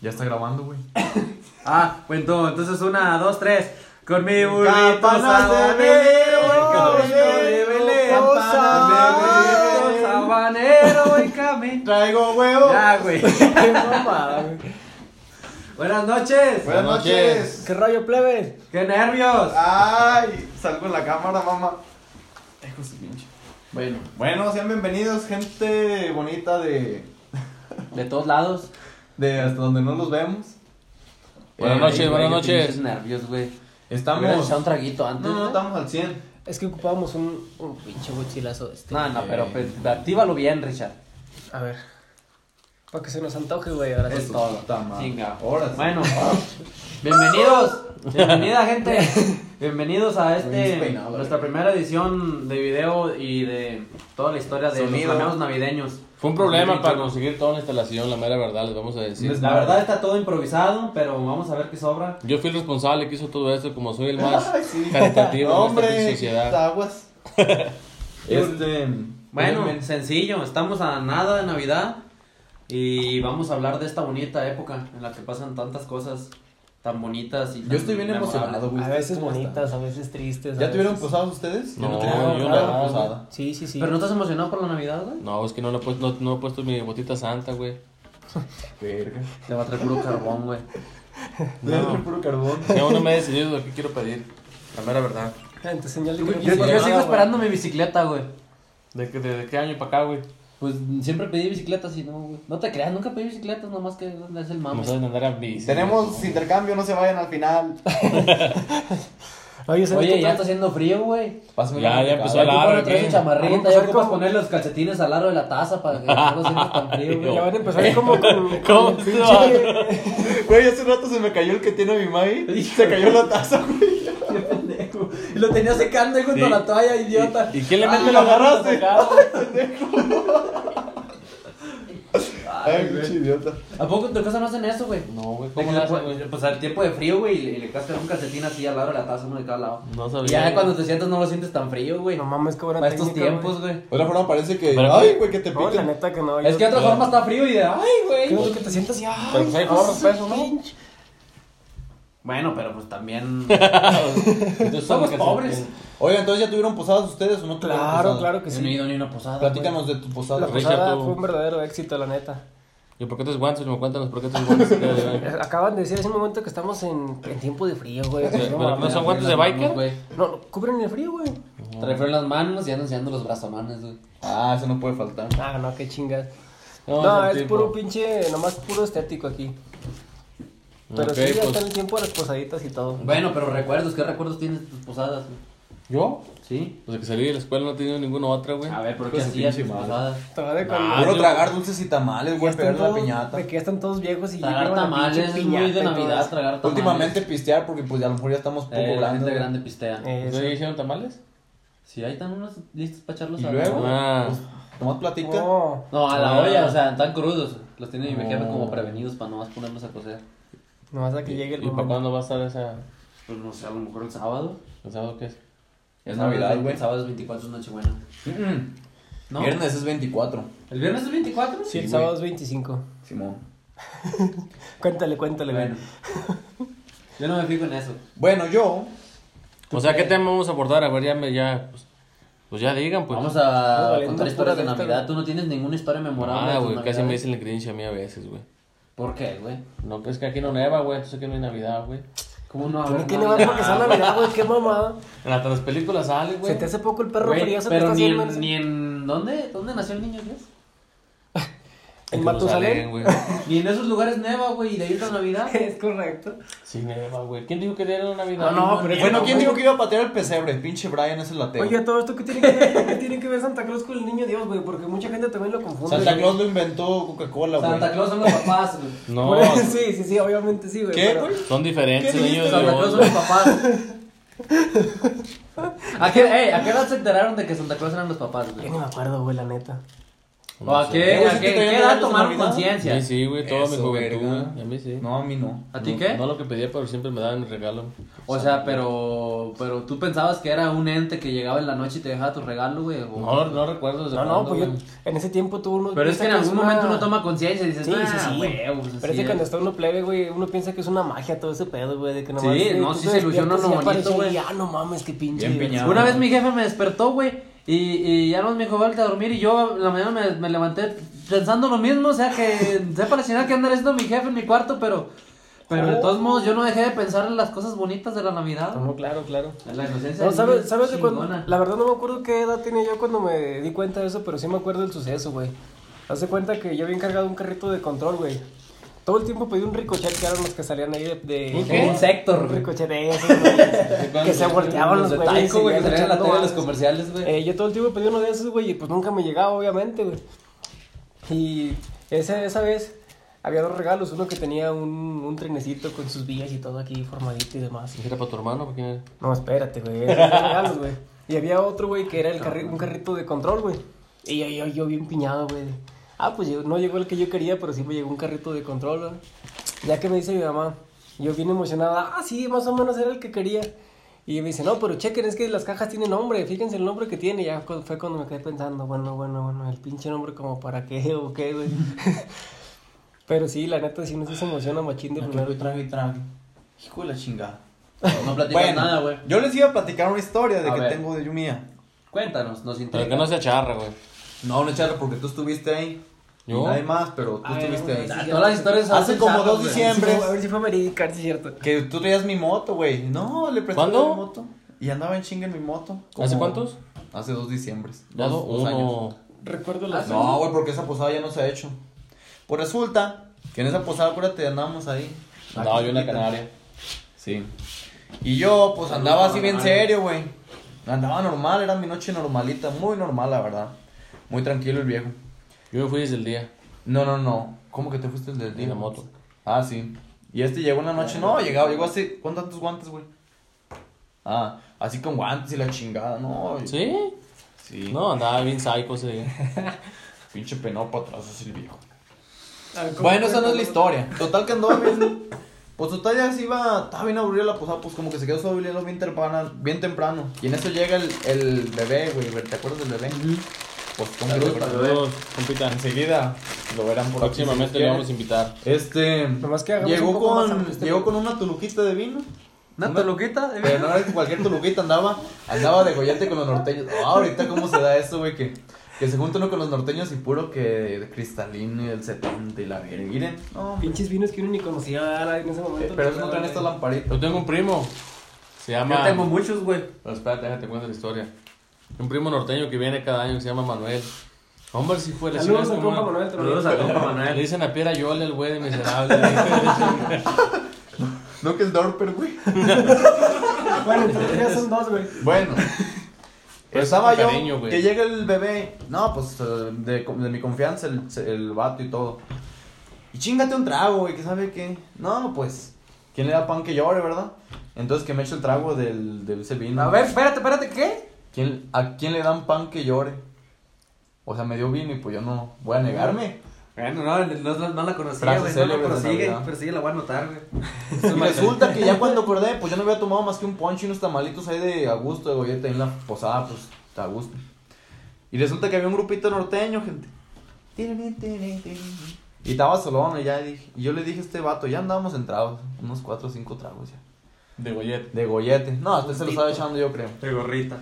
Ya está grabando, güey. Ah, pues no, entonces una, dos, tres. Con mi burrito Campanas de sabanero, Belén, con mi campanas burrito de Belén, campanas campanas de de burrito Belén. sabanero y camino. Traigo huevo. Ya, güey. Qué mamada, güey. Buenas noches. Buenas noches. ¿Qué rollo, plebes? Qué nervios. Ay, salgo en la cámara, mamá. Hijo de su pinche. Bueno, Bueno, sean bienvenidos, gente bonita de. de todos lados. de hasta donde no los vemos. Buenas Eh, noches, Ey, güey, buenas qué noches. pinches nervios, güey. Me hubieras Estamos. echado un traguito antes. No, no, güey. estamos al 100. Es que ocupábamos un, un pinche mochilazo de este. No, no, pero pues, actívalo bien, Richard. A ver. Para que se nos antoje, güey. Ahora Es sí. todo. puta madre. Chinga. Ahora sí. Bueno, bienvenidos. Bienvenida, gente. Bienvenidos a Bien este, despeinado, la nuestra verdad. primera edición de video y de toda la historia de Sonido. los flameos navideños. Fue un problema Sí, para claro. conseguir toda la instalación, la mera verdad, les vamos a decir. La verdad está todo improvisado, pero vamos a ver qué sobra. Yo fui el responsable que hizo todo esto, como soy el más Ay, sí. caritativo No, de esta hombre, pinche sociedad. aguas. este. Bueno, díganme. sencillo, estamos a nada de Navidad y vamos a hablar de esta bonita época en la que pasan tantas cosas tan bonitas y Yo estoy bien emocionado, güey. A veces ¿Cómo están? bonitas, a veces tristes. a ¿Ya tuvieron veces- posadas ustedes? No, tuve no, ni no, una no. posada. Sí, sí, sí. ¿Pero no estás emocionado por la Navidad, güey? No, es que no, le he puesto, no, no he puesto mi botita santa, güey. Verga. Te va a traer puro carbón, güey. Debe ser puro carbón. Que aún no me he decidido lo que quiero pedir. La mera verdad. Gente, señal de Yo, que- yo quisiera, sigo güey. esperando mi bicicleta, güey. ¿De qué, de, de qué año para acá, güey? Pues siempre pedí bicicletas y no, güey. No te creas, nunca pedí bicicletas, nomás que es el No mame. saben andar a bici. Tenemos güey. intercambio, no se vayan al final. Oye, ¿sabes Oye, qué ya está otra- haciendo frío, güey. Ya, ya empezó el Ya aro ocupas traer su aquí. Vamos chamarrita, a ya hacer ocupas como- poner los calcetines al aro de la taza para que no lo sientas tan frío, güey. Ya van a eh, empezar como con. ¿Cómo con se pinche- va? Güey, hace rato se me cayó el que tiene mi Mai. Se cayó la taza, güey. Qué pendejo. Y lo tenía secando ahí junto Sí. a la toalla, idiota. ¿Y, y quién le Ah, mete me la lo garra? agarraste. Ay, pinche idiota. ¿A poco en tu casa no hacen eso, güey? No, güey, De ¿cómo que la le hacen, pon- güey? Pues al tiempo de frío, güey, y le, y le cascan un calcetín así al lado de la taza, uno de cada lado. No Y sabía. ya güey. cuando te sientas no lo sientes tan frío, güey. No mames, qué buena Para estos técnica, tiempos, güey. Otra forma parece que. Pero- Ay, güey, que te No, la pican. neta que no. Es yo- que de otra forma está frío y de, ay, ¿Qué es güey. lo que te sientas y ay, Pero pues hay ay, formas, pues, ¿no? pinche. Bueno, pero pues también. Entonces, Somos que se- pobres. Oye, entonces ya tuvieron posadas ustedes o no tuvieron Claro, posada? claro que Yo no he sí. ido ni a una posada. güey. Platícanos de tu posada. La Richard, posada tú- fue un verdadero éxito, la neta. ¿Y por qué tus guantes? Me cuentan los por qué tus guantes. que te dan. Eh, Acaban de decir hace un momento que estamos en, en tiempo de frío, güey. Sí, pero mames. no son guantes de Las manos, biker? güey. No, no, cubren el frío, güey. Trae frío en las manos y andan enseñando los brazomanes, güey. Ah, eso no puede faltar. Ah, no, qué chingas. No, No, es el es tipo. puro pinche, nomás puro estético aquí. Pero Ok, sí, ya pues. está en el tiempo de las posaditas y todo. Bueno, pero recuerdos, ¿qué recuerdos tienes de tus posadas? güey? ¿Yo? Sí. Desde que salí Pues de la escuela no he tenido ninguna otra, güey. A ver, ¿por qué Pues, hacías tus pinche madre. posadas? Estaba de cuando- Ah, Puro yo- tragar dulces y tamales, ya güey, están pegar la todos- piñata. De que ya están todos viejos y Tragar llevan la pinche tamales, es muy de piñata y todo Navidad eso. tragar tamales. Últimamente pistear porque pues ya a lo mejor ya estamos poco Eh, la grandes. gente güey. grande pistea. Eh, ¿Ustedes ya hicieron tamales? Sí, ahí están unos listos para echarlos Y a la- luego, Ah. pues, nomás platica. No. No, a la Ah. olla, o sea, están crudos. Los tiene mi jefe No. como prevenidos para nomás ponerlos a cocer. Nomás a que llegue el ¿Y para momento. cuándo va a estar esa? Pues no sé, a lo mejor el sábado. ¿El sábado qué es? Es El Navidad, sábado- güey. El sábado es 24, es Nochebuena. Mm-mm. ¿No? Viernes es 24. ¿El viernes es 24? Sí, el Sí, sábado güey. es 25. Simón. Cuéntale, cuéntale, güey. Bueno. Yo no me fijo en eso. Bueno, yo. O sea, ¿qué tema vamos a abordar? A ver, ya me, ya, pues, pues ya digan, pues. Vamos No, a valiendo contar historias de pura de Navidad. esta- Tú no tienes ninguna historia memorable. de Ah, tus güey, casi Navidades. me dicen la creencia a mí a veces, güey. ¿Por qué, güey? No, es que aquí no neva, güey, entonces aquí no hay Navidad, güey. ¿Cómo no? A No ver, tiene no, más no. porque sea Navidad, güey. Qué mamada. En hasta las películas sale, güey. Se te hace poco el perro Güey, frío, se te está pero ni haciendo. en, ni en... ¿Dónde? ¿Dónde nació el niño Dios? En Jerusalén, Matusalén. güey. Ni en esos lugares neva, güey, y de ahí es la Navidad. Es correcto. Sí, neva, güey. ¿Quién dijo que era Navidad? Ah, no, pero- Bueno, ¿quién güey. dijo que iba a patear el pesebre? Pinche Brian es el ateo. Oye, todo esto que tiene que ver, ¿qué tiene que ver Santa Claus con el niño Dios, güey, porque mucha gente también lo confunde. Santa güey. Claus lo inventó Coca-Cola, güey. Santa Claus son los papás, güey. No, Por- sí, sí, sí, obviamente sí, güey. ¿Qué, pero- güey? son diferentes, ¿Qué niños dijiste? de Santa Claus Dios. son los papás. eh, ¿A qué, ey, ¿A qué edad se enteraron de que Santa Claus eran los papás, Yo güey? ni me acuerdo, güey, la neta. ¿O a Eh, qué, güey, a ¿sí te qué, traían qué regalos edad en tomaron Navidad? A conciencia? mí sí, güey, toda mi Eso, juventud. verga. A mí sí. No, a mí no. ¿A ti No- qué? No lo que pedía, pero siempre me daban regalo. O sea, pero, pero tú pensabas que era un ente que llegaba en la noche y te dejaba tu regalo, güey. o- No, no recuerdo. desde No, no, cuándo, pues yo güey. en ese tiempo tú uno. Pero es piensa que en algún una- momento uno toma conciencia y dices, Sí, sí, "Ah, sí. huevo, pues Pero es así que es". cuando está uno plebe, güey, uno piensa que es una magia todo ese pedo, güey, de que nomás. Sí, eh, no, tú sí te se ilusiona despiertas y uno ya aparece bonito, y güey. Ya no mames, qué pinche. Bien piñado. Una vez mi jefe me despertó, güey, y, y ya no me dijo, vete a dormir, y yo en la mañana me, me levanté pensando lo mismo, o sea, que sepa la chingada que andar haciendo mi jefe en mi cuarto, pero, pero de todos modos yo no dejé de pensar en las cosas bonitas de la Navidad. No, claro, claro. En La inocencia. No, del ¿sabes, niño sabes de cuándo? chingona. La verdad no me acuerdo qué edad tenía yo cuando me di cuenta de eso, pero sí me acuerdo del suceso, güey. Hace cuenta que yo había encargado un carrito de control, güey. Todo el tiempo pedí un ricochet, que eran los que salían ahí de... de ¿Un de- qué? Un Sector, Un güey. ricochet de esos, güey, Que se volteaban los de güeyes y Taiko, güey, que iban salían en la tele echando de los balas. comerciales, güey. Eh, yo todo el tiempo pedí uno de esos, güey, y pues nunca me llegaba, obviamente, güey. Y esa, esa vez había dos regalos, uno que tenía un, un trenecito con sus vías y todo aquí formadito y demás. ¿Era para tu hermano? ¿Para quién era? No, espérate, güey. esos son regalos, güey. Y había otro, güey, que era el carri- un carrito de control, güey. Y yo, yo, yo bien piñado, güey. Ah, pues yo- no llegó el que yo quería, pero sí me llegó un carrito de control, güey. Ya que me dice mi mamá, yo bien emocionada, ah, sí, más o menos era el que quería. Y me dice, no, pero chequen, es que las cajas tienen nombre, fíjense el nombre que tiene. Ya cu- fue cuando me quedé pensando, bueno, bueno, bueno, el pinche nombre como para qué o qué, güey. pero sí, la neta, sí, no se emociona machín de primero. traje y traje. Hijo de la chingada. No platicas Bueno, nada, güey. yo les iba a platicar una historia de A que ver. tengo de Yumia. Cuéntanos, nos Pero interesa. que no sea charra, güey. No, no, charla, porque tú estuviste ahí. Y ¿Yo? Nadie más, pero tú A ver, estuviste güey, ahí. sí. Todas las historias son Hace como pensadas, dos güey. diciembre. Sí, a ver si fue verificar, sí, es cierto. Que tú traías mi moto, güey. No, le presté ¿Cuándo? mi moto. Y andaba en chinga en mi moto. ¿Hace Como- cuántos? Hace dos diciembres. Ya dos, dos años. uno. Recuerdo las No, güey, porque esa posada ya no se ha hecho. Pues resulta que en esa posada, acuérdate, andábamos ahí. No, yo en la cerquita. Canaria. Sí. Y yo, pues andaba así bien Normal. serio, güey. Andaba normal, era mi noche normalita, muy normal, la verdad. Muy tranquilo el viejo. Yo me fui desde el día. No, no, no. ¿Cómo que te fuiste el del día? En la moto. Ah, sí. Y este llegó una noche, no, llegaba, llegó así, ¿con tantos guantes, güey? Ah, así con guantes y la chingada, no. y- ¿Sí? Sí. No, andaba bien psycho ese día. Pinche penopa atrás así el viejo. A ver, Ah, ¿cómo Bueno, fue? esa no es la historia. Total que andaba bien. Pues total ya se iba. Estaba bien aburrida la posada, pues como que se quedó sobrilero bien temprano. Bien temprano. Y en eso llega el, el bebé, güey. ¿Te acuerdas del bebé? Pues como que Saludos lo- para el bebé. Saludos, compita. enseguida lo verán por aquí, si Próximamente le quieren. vamos a invitar. Este. Nomás que hagamos un llegó poco más con. amplio este llegó pedo. con una tuluquita de vino. ¿Una toluquita? de Pero vino? no era que cualquier tuluquita andaba, andaba de gollete con los norteños. Ah, ahorita cómo se da eso, güey, que, que se junta uno con los norteños y puro que de cristalino y el 70 y la verga. Miren, no, hombre. Pinches vinos que uno ni conocía ah, en ese momento. pero eso no traen estas lamparitas. Yo tengo un primo. Se llama. Yo tengo muchos, güey. Pero espérate, déjate cuento la historia. Un primo norteño que viene cada año que se llama Manuel. Hombre, si fue la Saludos chingada, al como- compa Manuel. te lo Saludos a compa Le Manuel. dicen a Piedra Yola el güey de miserable. Ahí No que el Dorper, güey. digo. Bueno, entonces ya son dos, güey. Bueno. pues Pero Estaba es con yo, cariño, güey. que llega el bebé, no, pues eh, de, de mi confianza, el, el vato y todo. Y chingate un trago, güey, que sabe que, no, pues, ¿quién le da pan que llore, verdad? Entonces que me eche el trago del, del ese vino. A ver, espérate, espérate, ¿qué? ¿Quién- ¿A quién le dan pan que llore? O sea, me dio vino y pues yo no voy a negarme. Bueno, no, no, no, no la conocía, Frases güey. No la célebres de prosigue, Navidad. pero sí la voy a anotar, güey. Y resulta que ya cuando acordé, pues yo no había tomado más que un ponche y unos tamalitos ahí de a gusto, de gollete ahí en la posada, pues a gusto. Y resulta que había un grupito norteño, gente. Y estaba solón y ya dije, y yo le dije a este vato, ya andábamos en tragos, unos cuatro o cinco tragos ya. De gollete. De gollete. No, usted se lo estaba echando yo creo. De gorrita.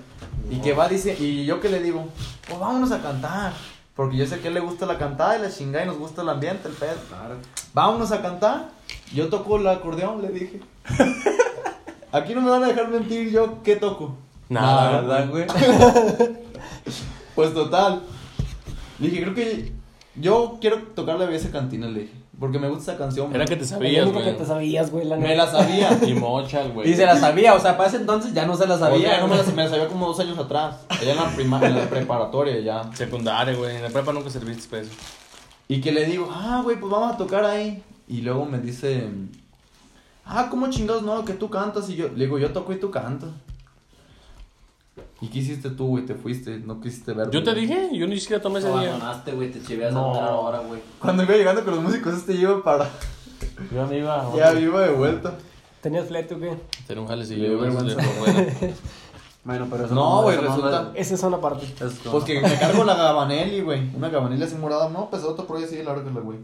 Y que va, dice, y yo que le digo, pues vámonos a cantar. Porque yo sé que a él le gusta la cantada y la chingada y nos gusta el ambiente, el pedo. Claro. Vámonos a cantar. Yo toco el acordeón, le dije. Aquí no me van a dejar mentir, yo qué toco. Nada, güey? pues total. Le dije, creo que yo quiero tocarle a esa cantina, le dije. Porque me gusta esa canción. Era güey. que te Lo sabías, único que güey. te sabías, güey, la Me la sabía. Y mochas, güey. Y se la sabía, o sea, para ese entonces ya no se la Sabía, sabía. no me la, me la sabía como dos años atrás. Allá en la, prima- en la preparatoria, ya. Secundaria, güey. En la prepa nunca serviste pues. para eso. Y que le digo, ah, güey, pues vamos a tocar ahí. Y luego me dice, ah, ¿cómo chingados no? Que tú cantas. Y yo le digo, yo toco y tú cantas. ¿Y qué hiciste tú, güey? Te fuiste, no quisiste verme. Yo te dije, yo ni siquiera tomé ese Lo día. abandonaste, güey, te chiveas a andar ahora, güey. Cuando iba llegando con los músicos, este iba para. Yo me iba. a- Ya iba de vuelta. ¿Tenías flete o qué? Tener un Le jalecillo. dio güey, vergüenza. de afuera. Bueno, pero eso No, güey, eso resulta. Esa es una parte. eso no. Pues que me cargo la Gabanelli, güey. Una Gabanelli así morada. No, pues otro por ahí así, la hora que la güey.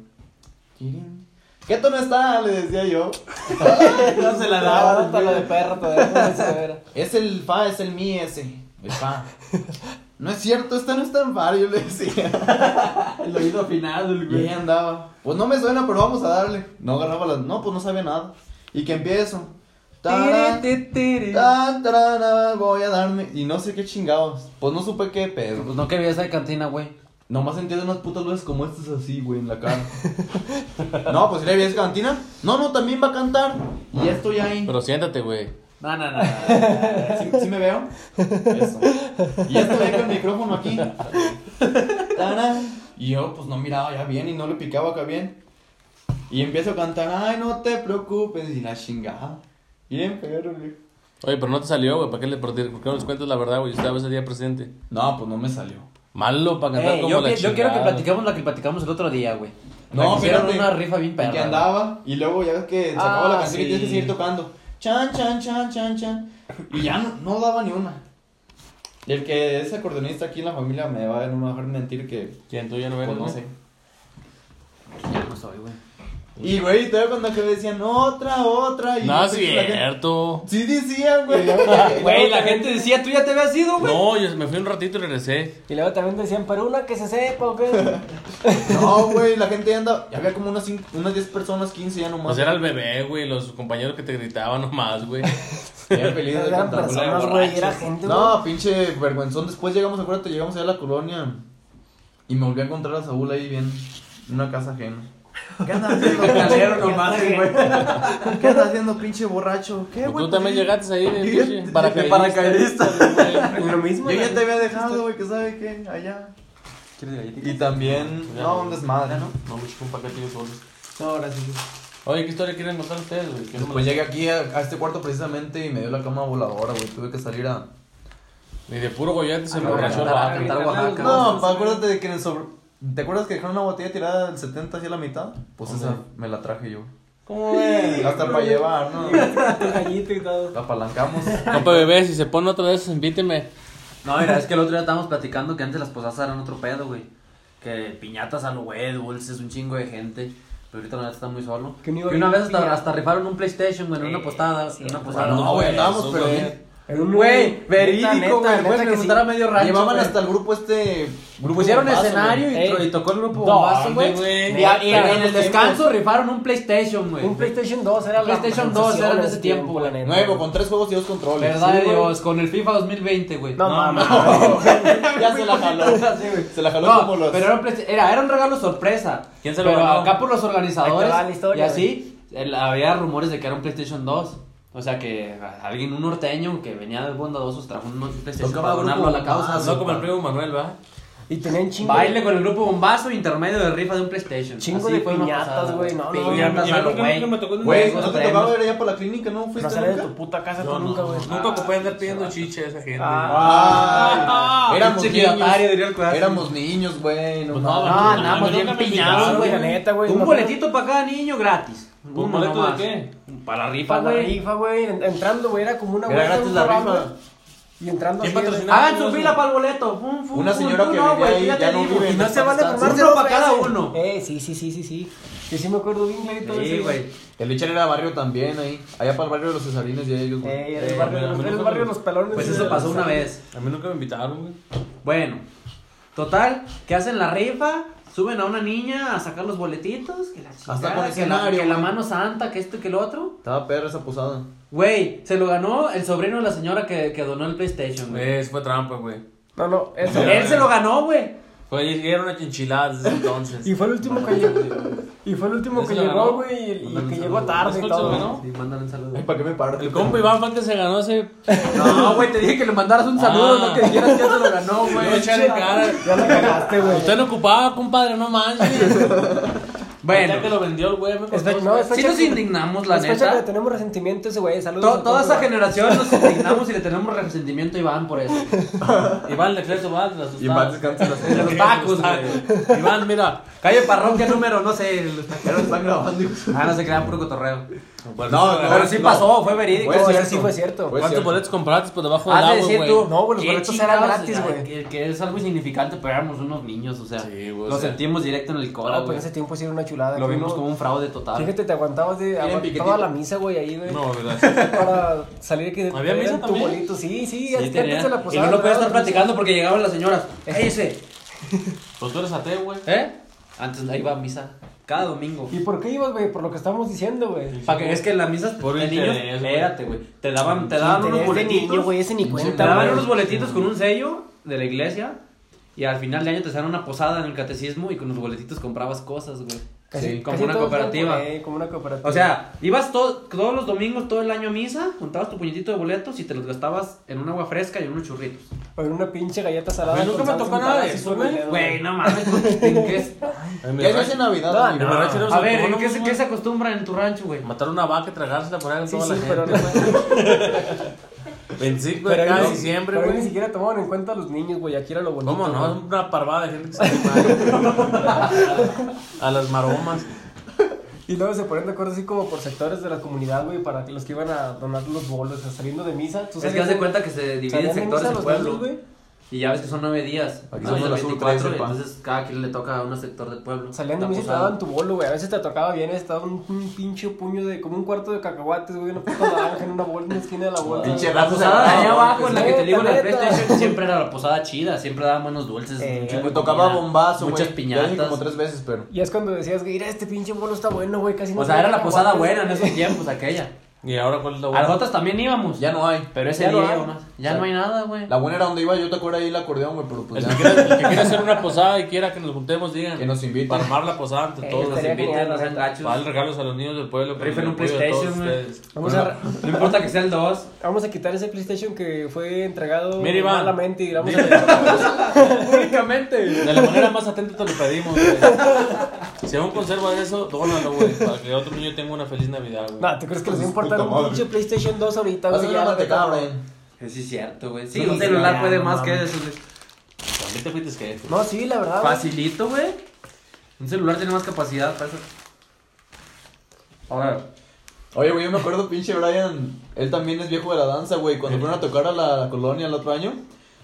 Tirín. ¿Qué tono está? Le decía yo. No se la Ah, daba. hasta lo de perro todavía no se sabe. Es el fa, es el mi ese. El fa. No es cierto, esta no está en fa, yo le decía. El oído afinado, el Y ahí güey. andaba. Pues no me suena, pero vamos a darle. No agarraba las. No, pues no sabía nada. Y que empiezo. Tarán, Tiri, tiri. tan, tarana, voy a darme. Y no sé qué chingados. Pues no supe qué pedo. Pues no que veías de cantina, güey. Nomás entiendo unas putas luces como estas así, güey, en la cara. no, pues si le ves cantina. No, no, también va a cantar. Y ya estoy ahí. Pero siéntate, güey. No, no, no. no. ¿Sí, sí me veo? Eso. Y ya estoy ahí con el micrófono aquí. Tarán. Y yo, pues no miraba ya bien y no le picaba acá bien. Y empiezo a cantar, ay, no te preocupes. Y la chingada. Bien, pero, güey. Oye, pero no te salió, güey. ¿Para qué le por qué no les cuentas la verdad, güey? Yo estaba ese día presente. No, pues no me salió. Malo para cantar Ey, como yo, la que- yo quiero que chingada. platicamos la que platicamos el otro día, güey. No, No, hicieron fíjate, una rifa bien perra. Y que güey. andaba, y luego ya ves que se acabó Ah, la canción y sí. tienes que seguir tocando. Chan, chan, chan, chan, chan. Y ya no, no daba ni una. Y el que es acordeonista aquí en la familia me va, a- no me va a dejar mentir que ¿Quién tú ya no eres? pues, no güey? sé. Ya no soy, güey. Y güey, todavía cuando que decían otra, otra. Y No, es pues, la gente- cierto. Sí decían, güey. Güey, la gente decía, tú ya te habías ido, güey. No, yo me fui un ratito y regresé. Y luego también decían, pero una que se sepa o qué. No, güey, la gente ya anda. Ya había como unas, cinco- unas 10 personas, 15 ya nomás. Pues era el bebé, güey. Eh, Los compañeros que te gritaban nomás, güey. Bien feliz de Eran contar. personas, güey, era gente, güey. No, pinche vergüenzón. Después llegamos, acuérdate, llegamos allá a la colonia. Y me volví a encontrar a Saúl ahí bien. En una casa ajena. ¿Qué andas haciendo? Me calieron nomás, pinche- güey. ¿Qué andas haciendo, pinche borracho? ¿Qué, Pues güey? tú también llegaste ahí de Yo ya- pinche yo- paracaidista. paracaidista. Lo mismo. Yo ya te había dejado, güey, que sabe qué, allá. Y también. No, un desmadre, ¿no? No, me chupó un paquetillo solo. No, gracias. Oye, ¿qué historia quieren contar ustedes, güey? ¿Qué no me Pues la- llegué aquí a, a este cuarto precisamente y me dio la cama voladora, güey. Tuve que salir a. Ni de puro gollete se Ah, me borrachó el no, vato. no, cantar Oaxaca. No, pa, acuérdate de que en el sobre... ¿Te acuerdas que dejaron una botella tirada del 70 hacia la mitad? Pues esa me la traje yo. ¿Cómo ves? Hasta para llevar, ¿no? Tu gallito y todo. La apalancamos. Compa bebé, si se pone otra vez, invíteme. No, mira, es que el otro día estábamos platicando que antes las posadas eran otro pedo, güey. Que piñatas al güey, dulces, un chingo de gente. Pero ahorita la neta está muy solo. Que Que ni iba a una haber vez hasta, piñata. hasta rifaron un PlayStation, güey, en una posada. en una posada. No, güey, eso, andábamos, pero güey. bien. Güey, verídico, güey. neta Puedes que preguntar sí. a medio rancho. Llevaban güey. hasta el grupo este. Grupo Pusieron bombazo, escenario güey. y, güey. tro- y tocó el grupo ¿Dónde, bombazo, güey. güey? Y, a- y Neta, en el descanso rifaron un PlayStation, güey. Un PlayStation 2 era Un la PlayStation 2 era en sensación ese tiempo, la neta. Nuevo, con tres juegos y dos controles. Verdad Sí, de güey. Dios, con el FIFA 2020, güey. No, mames. Ya se la jaló. Sí, güey. Se la jaló No, como los. pero era un, pres- era, era un regalo sorpresa. ¿Quién se lo Pero ganó? acá por los Ahí organizadores. te va la historia, y así, el- había rumores de que era un PlayStation 2. O sea que a- alguien, un norteño que venía de bondadosos, trajo un PlayStation para Tocaba donarlo a grupo la causa. bombazo, No como el primo Manuel, ¿va? Y tenían chingo. Baile con el grupo Bombazo, intermedio de rifa de un PlayStation. Chingo Así de fue una piñatas, pasada, güey, no, no, Piñatas a lo güey. Güey, Juegos no te extremos. tocaba ver allá para la clínica, ¿no? No ¿Fuiste sale de nunca? tu puta casa No, tú nunca, güey. Nunca ocupé andar pidiendo chiche a esa gente. Ah, éramos Pinche niños. equidatario, diría el cuadro. Éramos niños, güey. Pues No, no, mames. No, no, andamos no, bien nunca me piñados, invitaron, güey. la neta, güey, Un no, boletito para cada niño gratis. ¿Un Uno boleto nomás. de qué? Para la rifa, Para la güey. rifa, güey. en- Entrando, güey, era como una Era vuelta, gratis un la corral, rifa. güey. Y entrando ¿Quién así, güey. patrocinaba? Hagan su fila para el boleto. Fum, fum, Una fum. señora Tú que no, vivía güey, ahí, tú ya te no digo. vive en Y no esa se vale estancia. tomar Uno uno Ah, para cada uno. Eh, sí, sí, sí, sí, sí. Yo sí me acuerdo bien, clarito. de Sí, eso, güey. El Richard era barrio también ahí. Allá para el barrio de los Cesarines y ellos, güey. Eh, era Eh, el barrio, a mí era el nunca barrio de me- los pelones. Pues de- eso pasó una vez. A mí nunca me invitaron, güey. Bueno, total, que hacen la rifa, suben a una niña a sacar los boletitos, que la chingada, Hasta con que, la, escenario, que la güey. mano santa, que esto y que lo otro. Estaba perra esa posada. Güey, se lo ganó el sobrino de la señora que, que donó el PlayStation, güey. Eso Eh, fue trampa, güey. No, no, eso. Ya. Él se lo ganó, güey. Fue llegaron una chinchilada desde entonces. Y fue el último que llegó. Y fue el último que ¿Ese lo llegó, ganó? güey. y- Y Mándale un que saludo. llegó tarde y ¿Escuchas, todo. güey, no? Sí, mándale un saludo. Ay, ¿para qué me parte? El compa Iván Fuentes se ganó ese. No, güey, te dije que le mandaras un saludo, no que dijeras que ya se lo ganó, güey. Yo echarle cara. Ya la cagaste, güey. Usted no ocupaba, compadre, no manches. Bueno. Ya que lo vendió el güey, me Es fe- contó, no, güey. es Sí fecha nos que- indignamos, la La fecha que le neta. tenemos resentimiento a ese güey. Saludos. To- a toda todos, esa güey. generación nos indignamos y le tenemos resentimiento a Iván por eso. Iván Leclerc se va de los Y más asustados. descansa las De los tacos, güey. Iván, mira, calle parroquia número, no sé. los tacos. Ya lo están grabando. Ah, no se crean puro cotorreo. No, no, Pero sí no. pasó, fue verídico. No, Fue eso cierto. sí fue cierto. Fue- ¿Cuántos cierto. boletos compraste por debajo del Has de agua, decir güey? tú, No, güey, los qué boletos eran chingados, gratis, ay, güey. Que, que es algo insignificante, pero éramos unos niños, o sea. Sí, güey, o Lo sea. sentimos directo en el No, cora, pero güey. en ese tiempo sí era una chulada. Lo que vimos uno- como un fraude total. Fíjate, te aguantabas de aguant- piquetito. toda la misa, güey, ahí, güey. No, ¿verdad? Para salir que ¿Había misa eran tu también? bolito. Sí, sí, Sí, antes tenía. antes de la y posada. no lo podía ¿verdad? estar platicando porque llegaban las señoras. Cállese. Pues tú eres ateo, güey. ¿Eh? Antes ahí iba a misa. Cada domingo. ¿Y por qué ibas, güey? Por lo que estamos diciendo, güey. Para que es que en las misas Por de niños, interés, güey. espérate, güey. Te daban, te daban unos Interés de boletitos. niño, güey, ese ni Te cuenta, daban güey. unos boletitos con un sello de la iglesia. Y al final de año te daban una posada en el catecismo y con los boletitos comprabas cosas, güey. Casi- como casi una todos van cooperativa. por ahí, Como una cooperativa. O sea, ibas to- todos los domingos, todo el año a misa, juntabas tu puñetito de boletos y te los gastabas en un agua fresca y en unos churritos. O en una pinche galleta salada. Güey, nunca con me salsa tocó nada untada, de sí, eso, suena güey. bien, Güey, no mames, ¿en qué es? ¿Qué haces en Navidad? No, amigo? no. rancho era A ver, ¿en autónomo, qué, se- güey. qué se acostumbra en tu rancho, güey? Matar una vaca, tragársela, poner en Sí, toda sí, la pero gente. no, güey. 25 Pero de ahí cada no- diciembre, pero ahí güey. ni siquiera tomaban en cuenta a los niños, güey. Aquí era lo bonito. ¿Cómo no? güey. Una parvada de gente que se llama. A las maromas. Y luego se ponen de acuerdo así como por sectores de la comunidad, güey, para que los que iban a donar los bolos, o sea, saliendo de misa. ¿tú Es que salías haz de cuenta que se dividen salían de sectores misa el los pueblo. niños, güey. Y ya ves que son nueve días. Aquí no, somos son las ultras, 24, sepa. entonces cada quien le toca a un sector del pueblo. Salían de La misa y te posada. daban tu bolo, güey. A veces te tocaba bien, estaba un, un pinche puño de, como un cuarto de cacahuates, güey, una puta naranja en una bola, en una esquina de la bola. Pinche La rato posada de allá abajo, en la que te Neta, digo, en la neta. PlayStation, siempre era la posada chida, siempre daban buenos dulces. Eh, un chingo Me de tocaba comida, bombazo, güey. Muchas Ya dije piñatas. como tres veces, pero. Y es cuando decías, güey, mira, este pinche bolo está bueno, güey, casi no. O sea, era la posada buena en esos tiempos, aquella. ¿Y ahora cuál es la A las buena? otras también íbamos. Ya no hay. Pero ese Ya no día hay. iba más. Ya no hay nada, güey. La buena era donde iba yo, te acuerdas ahí el acordeón, güey, pero pues El ya. que, quiera, el que quiera hacer una posada y quiera que nos juntemos, digan. Que nos inviten. Para armar la posada ante Eh, todos. estaría Nos inviten. genial. no sean gachos. Para darle regalos a los niños del pueblo. con Rifen el un apoyo de todos PlayStation, güey. ustedes. Vamos a, No importa que sea el 2. vamos a quitar ese PlayStation que fue entregado Mira, Iván. malamente y le vamos Dile- a Públicamente. De la manera más atenta te lo pedimos, güey. Si aún conservas eso, dónalo, güey. Para que otro niño tenga una feliz Navidad, güey. No, ¿tú crees que les va a importar Puta un madre. pinche PlayStation 2 ahorita, Vas a güey? hacer Ya, una la mantecada, neta. Brian. Sí, es cierto, güey. Sí, No, un celular ya, puede no más que mames. eso, güey. También te fuiste que No, sí, la verdad. güey. Facilito, güey. Un celular tiene más capacidad para eso. Ahora, Oye, güey, yo me acuerdo, pinche Brian. Él también es viejo de la danza, güey. Cuando fueron a tocar a la, la colonia el otro año,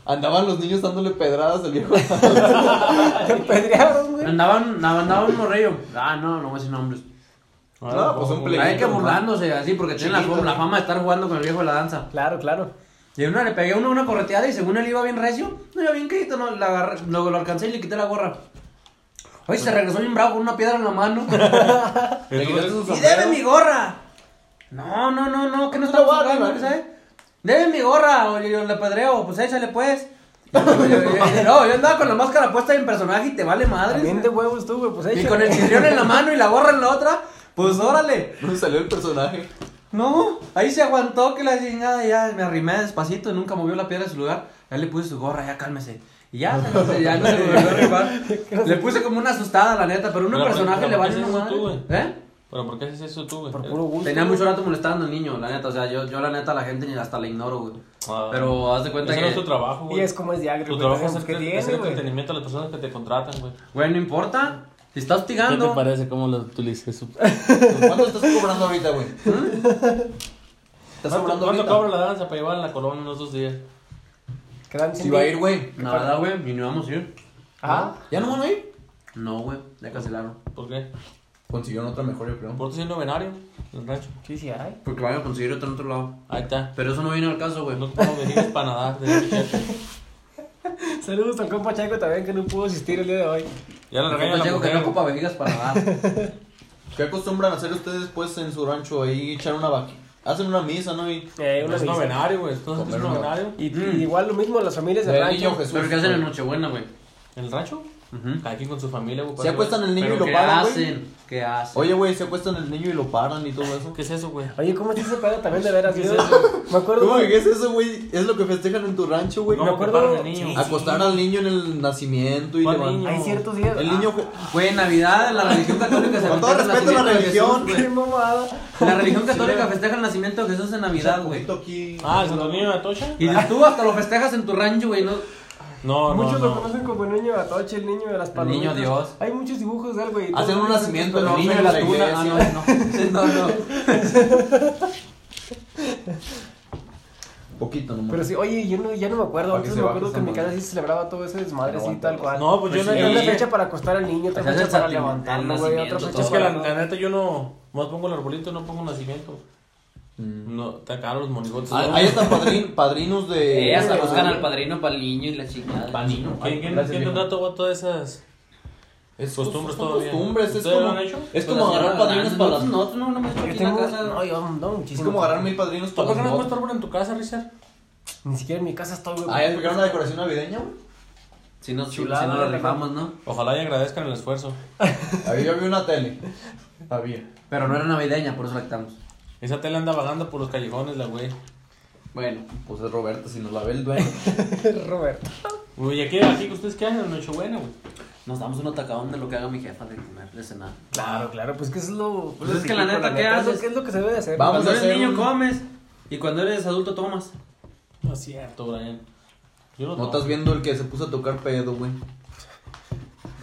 andaban los niños dándole pedradas al viejo. Te pedrearon, Ah, güey. andaban, andaba un morrillo. Ah, no, no voy a decir nombres. no, pues un Hay que pleito. burlándose así porque tienen la, Chiquito, fama- la fama de estar jugando con el viejo de la danza. Claro, claro. Y una le pegué a uno una correteada y según él iba bien recio, no iba bien quedito, no, la agarré- lo, lo alcancé y le quité la gorra. Oye, se regresó bien bravo con una piedra en la mano. Le quitaste su ¡Y debe mi sombrero. gorra! No, no, no, no, que no No está vale, jugando, vale. ¿sabes? Debe mi gorra, o yo, yo le padreo, pues échale pues. no, yo andaba con la máscara puesta en personaje y te vale madre. También de huevos tú, güey, pues Y échale. con el chirrión en la mano y la gorra en la otra, pues órale. No salió el personaje. No, ahí se aguantó que la chingada ya me arrimé despacito y nunca movió la piedra de su lugar. Ya le puse su gorra, ya cálmese. Y ya, se- ya no se volvió a arrimar. Le puse como una asustada, la neta, pero a un Pero, personaje pero, le vale ¿por qué una haces eso madre. tú, ¿Eh? Pero ¿por qué haces eso tú, güey? Por puro gusto. Tenía güey. mucho rato molestando al niño, la neta. O sea, yo, yo la neta, la gente ni hasta la ignoro, güey. Ah. Pero haz de cuenta Ese no es tu que. trabajo, güey. Y es como es de agrio, Tu güey, trabajo es tenemos que hacer, tiene, hacer güey. entretenimiento a las personas que te contratan, güey. Güey, no importa. Si está ¿Qué te hostigando. parece cómo lo utilices? ¿Cuánto estás cobrando ahorita, güey? ¿Estás ¿Cuánto, cobrando cuánto ahorita? cobra la danza para llevar a la colonia en esos dos días? Quedan Si sin- va a ir, güey. La verdad, güey, y no vamos a ir. Ah, ¿Ya no van a ir? No, güey, ya cancelaron. ¿Por qué? Consiguieron otra mejor, yo creo. ¿Por tu siendo venario en el rancho? sí, sí, hay. Porque van a conseguir otro en otro lado. Ahí está. Pero eso no viene al caso, güey. No, no venimos para nadar. de- Saludos al compa Chaco también que no pudo asistir el día de hoy. Ya le regañan a la Llego que no mujer. ocupa vejigas para Pues, nadar. ¿Qué acostumbran a hacer ustedes, pues, en su rancho? Ahí echar una vaca. Hacen una misa, ¿no? Y... Eh, una Es risa. novenario, güey. Entonces es Comer, ¿no? novenario. Y, y Mm. igual lo mismo las familias de Del rancho. niño Jesús. Pero que hacen en pues, güey. Nochebuena, güey. ¿En el rancho? Cada quien con su familia, güey. Se acuestan el niño y Pero ¿qué- lo paran, güey. hacen? ¿Qué hacen? Oye, güey, se acuestan el niño y lo paran y todo eso. ¿Qué es eso, güey? Oye, ¿cómo está ese pedo también de veras? ¿Qué es Yo- eso? Me acuerdo. ¿Cómo que güey, qué es eso, güey? Es lo que festejan en tu rancho, güey. No, me que acuerdo- paran al niño. sí, Acostar al niño en el nacimiento y ¿Cuál levantar. niño? Hay ciertos días. El niño. ju- Güey, en Navidad, en la religión católica se Con todo festeja el respeto a la nacimiento de religión. Ah, Jesús, ¡Qué güey. mamada! La religión católica festeja el nacimiento de Jesús en Navidad, güey. Aquí. Ah, ¿el Santo Niño de Atocha? Y tú hasta lo festejas en tu rancho, güey, ¿no? No, no, Muchos lo no. conocen como el niño de Atoche, el niño de las El niño palomitas. Dios. Hay muchos dibujos de él, güey. Hacen un nacimiento No, del niño pero en la tú, iglesia. ah, no, no. Sí, no, no. Poquito nomás. Pero sí, oye, yo no, ya no me acuerdo. Para Antes que se me baje acuerdo esa que en mi madre. casa sí se celebraba todo ese desmadre, Pero así aguanta, tal cual. No, pues yo Pues no. sí. Era una Sí. fecha para acostar al niño, otra Pues fecha es para el levantarlo, sentimental, güey, otra nacimiento, fecha Es que la, para... la neta yo no. Más pongo el arbolito, no pongo nacimiento. No, está caro los monigotes. Ah, ¿no? Mm. Ahí están padrin- padrinos de. Eh, hasta Ah, buscan al padrino para el niño y la chingada. Pan niño. ¿Quién, quién, Gracias, quién viejo. contrató güey, todas esas Es costumbres son todavía? Costumbres, es ¿Ustedes lo como. han hecho? Pues, Es como agarrar padrinos para las. Pues, No, no, no me estoy Yo aquí en la tengo... casa. No, yo no, muchísimo. Es como agarrar mil padrinos ¿Tú por para qué no has las. puesto árbol en tu casa, Richard? Ni siquiera en mi casa estoy, güey. Ah, ya pegaron la decoración navideña, güey. Si nos, si Chulada, nos ¿no? lo rifamos, ¿no? Ojalá y agradezcan el esfuerzo. Ahí yo vi una tele. Había. Pero no era navideña, por eso la quitamos. Esa tele anda vagando por los callejones, la güey. Bueno. Pues es Roberto, si nos la ve el dueño. Roberto. Uy, ¿y aquí, aquí ustedes qué hacen en Nochebuena, güey? Nos damos un atacadón de lo que haga mi jefa de comer, de cenar. Claro, claro, pues que es lo... Pues es que la neta, ¿qué es lo- haces? ¿Qué es lo que se debe de hacer? Vamos cuando a eres hacer niño un- comes y cuando eres adulto tomas. No es cierto, Brian. Yo No no tomo. estás viendo el que se puso a tocar pedo, güey.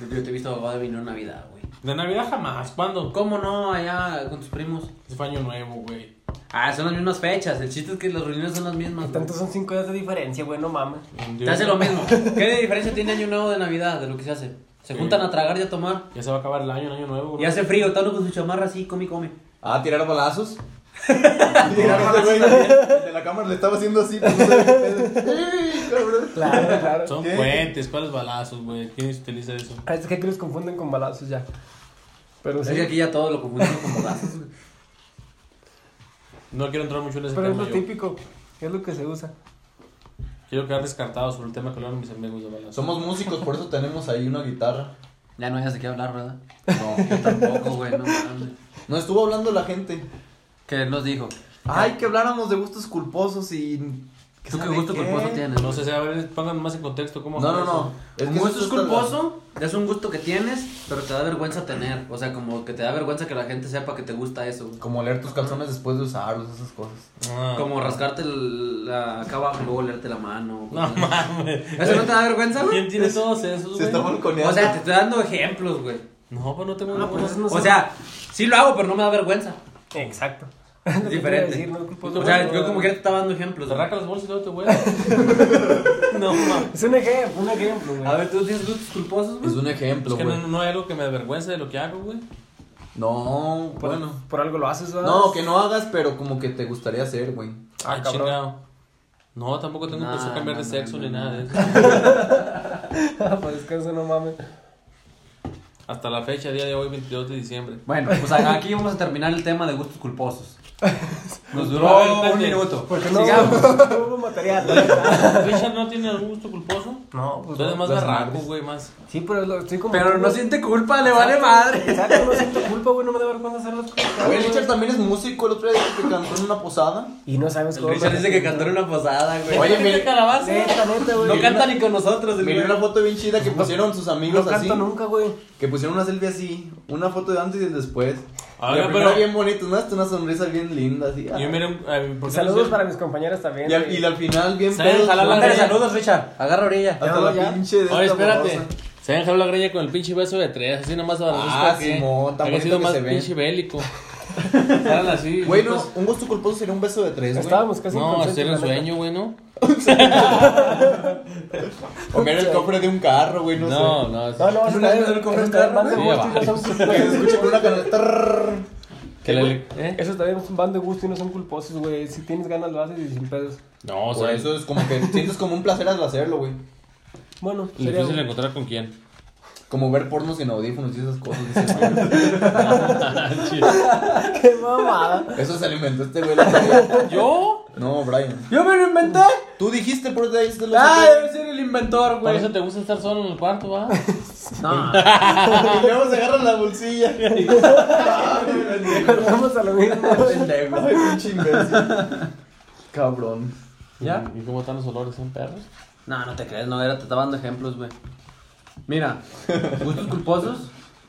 Yo, yo te he visto abogado de vino en Navidad, güey. De Navidad jamás. ¿Cuándo? ¿Cómo no? Allá con tus primos. Es fue año nuevo, güey. Ah, son las mismas fechas. El chiste es que las reuniones son las mismas. güey. Tanto son cinco días de diferencia, güey, no mames. Se hace lo mismo. ¿Qué de diferencia tiene Año Nuevo de Navidad de lo que se hace? Se Sí. juntan a tragar y a tomar. Ya se va a acabar el año, el año nuevo, Y güey. hace frío, tal con su chamarra así, come y come. Ah, tirar balazos. tirar balazos también. El de la cámara le estaba haciendo así. pues, no sabía qué pedo. Ey, cabrón. Claro, claro. Son ¿Qué? puentes, ¿cuáles balazos, güey? ¿Quién utiliza eso? Ah, Es que aquí los confunden con balazos ya. Pero sí. Es que aquí ya todo lo confundimos con balazos. güey. No quiero entrar mucho en ese Pero es tema lo yo. típico. Es lo que se usa. Quiero quedar descartado sobre el tema que hablaron mis amigos de balazos. Somos músicos, por eso tenemos ahí una guitarra. Ya no hayas de qué hablar, ¿verdad? No. Tampoco, güey, no mames. No estuvo hablando la gente. ¿Qué nos dijo? Ay, que habláramos de gustos culposos y. ¿Tú qué sabe gusto culposo tienes? No sé, si a ver, pongan más en contexto. ¿cómo No, no, fue no. que eso? un gusto eso es está la- culposo, es un gusto que tienes, pero te da vergüenza tener. O sea, como que te da vergüenza que la gente sepa que te gusta eso. güey. Como leer tus calzones después de usarlos, esas cosas. Ah. Como rascarte el- la, acá abajo y luego olerte la mano. No cosas así. mames. ¿Eso no te da vergüenza, güey? ¿Quién tiene todos Se esos, güey? está balconeando. O sea, te estoy dando ejemplos, güey. No, pues no tengo Ah, pues ninguna. es no O sea, sí lo hago, pero no me da vergüenza. Exacto. Es diferente. Decir, no es culposo. O sea, yo como que te estaba dando ejemplos. Te güey. Pues arranca las bolsas y luego te vuelves. no, mames. Es un ejemplo, un ejemplo, güey. A ver, ¿tú tienes gustos culposos, Es güey? un Es ejemplo, que güey. no, no hay algo que me avergüence de lo que hago, güey. No, por, bueno. por algo lo haces, ¿verdad? No, que no hagas, pero como que te gustaría hacer, güey. Ah, Ah, cabrón. chingado. No, tampoco tengo Nah, intención de cambiar de nah, sexo nah, ni nah, nada de eso. pues es que eso no mames. Hasta la fecha, día de hoy, 22 de diciembre. Bueno, pues a- aquí vamos a terminar el tema de gustos culposos. Nos A ver, duró espérate. un minuto. Porque no, Sigamos. no hubo material. la verdad. Richard no tiene algún gusto culposo. No, pues Tú eres no. más barraco, güey, más. Sí, pero lo- estoy como. Pero no siente culpa, le vale madre. Exacto, no siento culpa, güey. No me da vergüenza hacer las cosas. Oye, güey. Richard también es músico. El otro día dijo que cantó en una posada. Y no sabes El Richard me- dice que cantó en una posada, güey. Oye, mire, calabaza? Neta, neta, güey. No canta ni con nosotros, el miré güey. una foto bien chida que pusieron sus No amigos así. canto nunca, güey. Que pusieron una selfie así. Una foto de antes y el después. Ah, y no, la primera pero- bien bonita, una, una sonrisa bien linda, así. ah. Yo miré un. eh, ¿por qué no Saludos sé? para mis compañeras también. Y al, güey. y al final, bien ¿Saben pedos, jalar la hasta Mándale greña? saludos, Richard. Agarra orilla. Ya, la ya. pinche de esta Oye, espérate. babosa. Se han dejado la greña con el pinche beso de tres. Así nomás a Ah, Simón, tan Ha bonito sido que más se ve. pinche bélico. Eran así. Güey, no, pues, un gusto culposo sería un beso de tres, güey. Estábamos casi No, inconscientes, la hacer un neta. sueño, güey, ¿no? O mirar el cofre de un carro, güey, no, No, sé. no. es- ¿Es No, no, eso una también- vez que eso compras también carro, van de sí, gusto y no va. son Que se culposos. escuche con una canasta. Que la- ¿eh? Esos también van de gusto y no son culposos, güey. Si tienes ganas lo haces y sin pedos. No, o O sea, sea, eso es como que sientes como un placer al hacerlo, güey. Bueno, sería... difícil encontrar con quién. Como ver pornos sin audífonos y esas cosas. dice, ¡Qué mamada! Eso se alimentó este güey. la tarea. ¿Yo? No, Brian. ¡Yo me lo inventé! Tú dijiste por ahí. ¡Ah, debe ser el inventor, Por güey. eso te gusta estar solo en el cuarto, ¿va? No. Y luego se agarran la bolsilla. Vamos a lo mismo. Pendejo. Ay, pinche imbécil. Cabrón. ¿Ya? ¿Y cómo están los olores en perros? No, no te crees, no, era, te estaba dando ejemplos, güey. Mira, gustos culposos.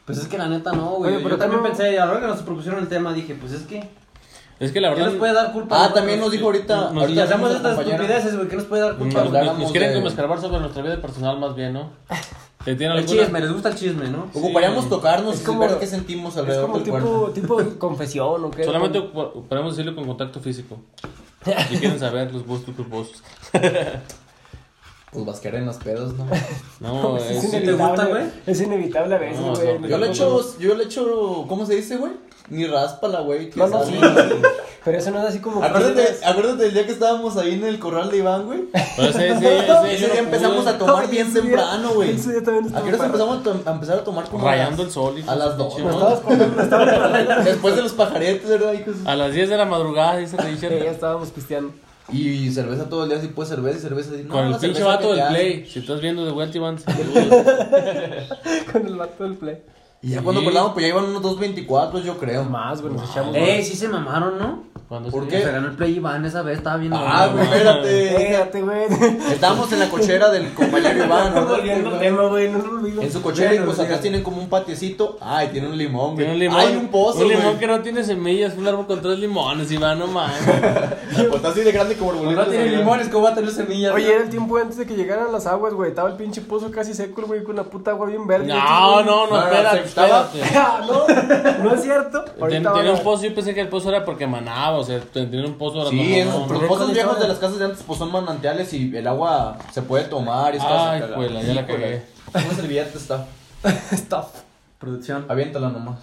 Pues es que la neta no, güey. Oye, pero Yo también ¿cómo? pensé, a la hora que nos propusieron el tema, dije, pues es que. Es que la ¿Qué verdad. nos puede dar culpa? Ah, Nosotros, también nos dijo ahorita. Nos- Si ahorita hacemos nuestra estas compañera. estupideces, güey, ¿qué nos puede dar nos- culpa? nos- güey? nos, habláramos quieren de- como escarbar sobre nuestra vida personal más bien, ¿no? ¿Te tienen El alguna? chisme, les gusta el chisme, ¿no? Ocuparíamos tocarnos Es y como- ver qué sentimos Es alrededor como del cuerpo. tipo, tipo confesión o qué. Solamente ocu- podemos decirlo con contacto físico. Si quieren saber los gustos culposos. Pues vas a quedar en los pedos, ¿no? No, Es es, sí te inevitable, gusta, güey? Es inevitable a veces, No, güey. no, Yo le echo, yo le echo, ¿cómo se dice, güey? Ni raspa la güey. que No, no, sale. sí. Pero eso no es así como. que Acuérdate, quieras- acuérdate del día que estábamos ahí en el corral de Iván, güey. pero ese, ese, ese- Ese yo día no empezamos pude. a tomar Ay, bien ese día- temprano, güey. ese día también ¿A estuvo qué hora perro. empezamos a, tom- a empezar a tomar como? a Rayando las- el sol. y A las su dos. pinche ¿no? madre. Después de los pajaretes, ¿verdad? Y cosas- A las 10 de la madrugada, dice Eh, ya Richard. estábamos pisteando. Y, y cerveza todo el día, si puedes cerveza y cerveza. y- no, Con la el pinche cerveza que vato te del hace. play. Si estás viendo de vuelta, Iván, saludos. Con el vato del play. Y ya cuando Sí. acordamos, pues ya iban unos 2.24, yo creo. Más, güey, nos echamos. Ey, Eh, sí se mamaron, ¿no? Cuando ¿Por se- qué? Se ganó el Play Iván esa vez, estaba viendo. Ah, güey, espérate. Espérate, güey. Estábamos en la cochera del compañero Iván, ¿no? Volviendo al tema, güey, no lo olvido. En su cochera, y pues atrás tienen como un patiecito. Ay, tiene un limón, güey. Tiene un limón. Hay un pozo, Un güey. limón que no tiene semillas, un árbol con tres limones, Iván, no mames. Pues está así de grande como Pues arbolito. no tiene limones, ¿cómo va a tener semillas? Oye, era el tiempo antes de que llegaran las aguas, güey. Estaba el pinche pozo casi seco, güey, con una puta agua bien verde. No, no, No, no, no, espérate, se estaba- espérate. Ah, no, no es cierto. Ten- Ahorita Tenía vamos un a- pozo, yo pensé que el pozo era porque manaba, o sea, ten- tenía un pozo ahora Sí, no, en no, no. los pozos viejos de las casas de antes pues son manantiales y el agua se puede tomar y está Ay, pues, la- ya la cagué. Una servilleta está. Stuff. Producción. Aviéntala nomás.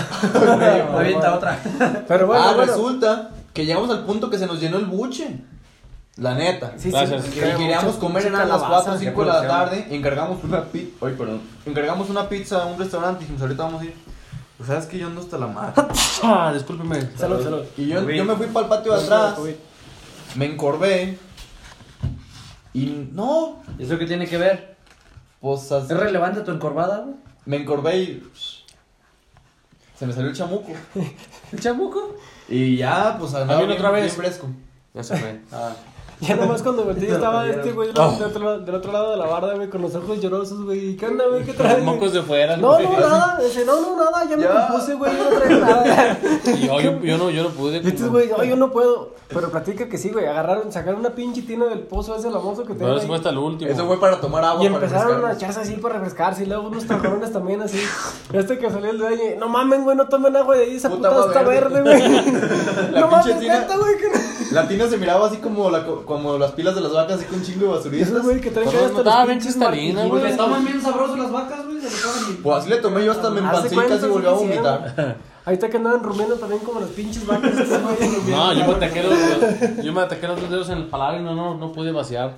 Avienta otra. Pero bueno, ah, bueno. resulta que llegamos al punto que se nos llenó el buche. La neta. Sí, sí, Gracias. sí, Y mucho- queríamos comer mucha eran las calabaza. 4 o 5 de la tarde. Encargamos una pizza. Ay, perdón. Encargamos una pizza a un restaurante y dijimos, ahorita vamos a ir. Pues sabes que yo ando hasta la madre. Ah, discúlpeme. Salud, salud. Y yo, Uy. yo me fui para el patio de atrás, me encorvé. Y no, ¿Y eso qué tiene que ver? pues así- ¿Es relevante tu encorvada, güey? me encorvé y pues, se me salió el chamuco. ¿El chamuco? Y ya, pues andaba vino bien, otra vez. bien fresco. Ah, Ya se fue. Ah, Ya nomás cuando volteé estaba este güey del otro- del otro lado de la barda, güey, con los ojos llorosos, güey. ¿Qué onda, güey? ¿Qué traes? Los güey? mocos de fuera. No, güey. no, nada. Dice, no, no, nada. Ya me Ah, Ya. compuse, güey. Yo no traigo nada. Y yo, yo- yo no, yo no pude. Este Y estos, como- güey, "Ay, yo no puedo. Pero platica que sí, güey. Agarraron, sacaron una pinche tina del pozo ese lamoso que Pero tengo. eso fue hasta el último. Eso fue para tomar agua. Y para empezaron a refrescarme. echarse así para refrescarse. Y luego unos tajones también así. Este que salió el dueño. y, No mamen, güey, no tomen agua de ahí. Esa Puta puta, agua está verde". verde, güey. La pinche no mames, tina- neta, güey. Que... no- La tina se miraba así como, la, co- como las pilas de las vacas, así con un chingo de Y basuritas. esos, güey, que traen Pero que no hasta estaba los bien pinches cristalina, martillos, güey. Porque toman Pues, bien sabrosos las vacas, güey. Se le toman bien. Pues así le tomé yo hasta me Hace empancé y cuenta, casi volví a sí, sí, vomitar. Ahí está que andaban rumiando también como los pinches vacas. esos, güey. No, yo me ataqué los, yo me ataqué los dos dedos en el paladar y no, no, no pude vaciar.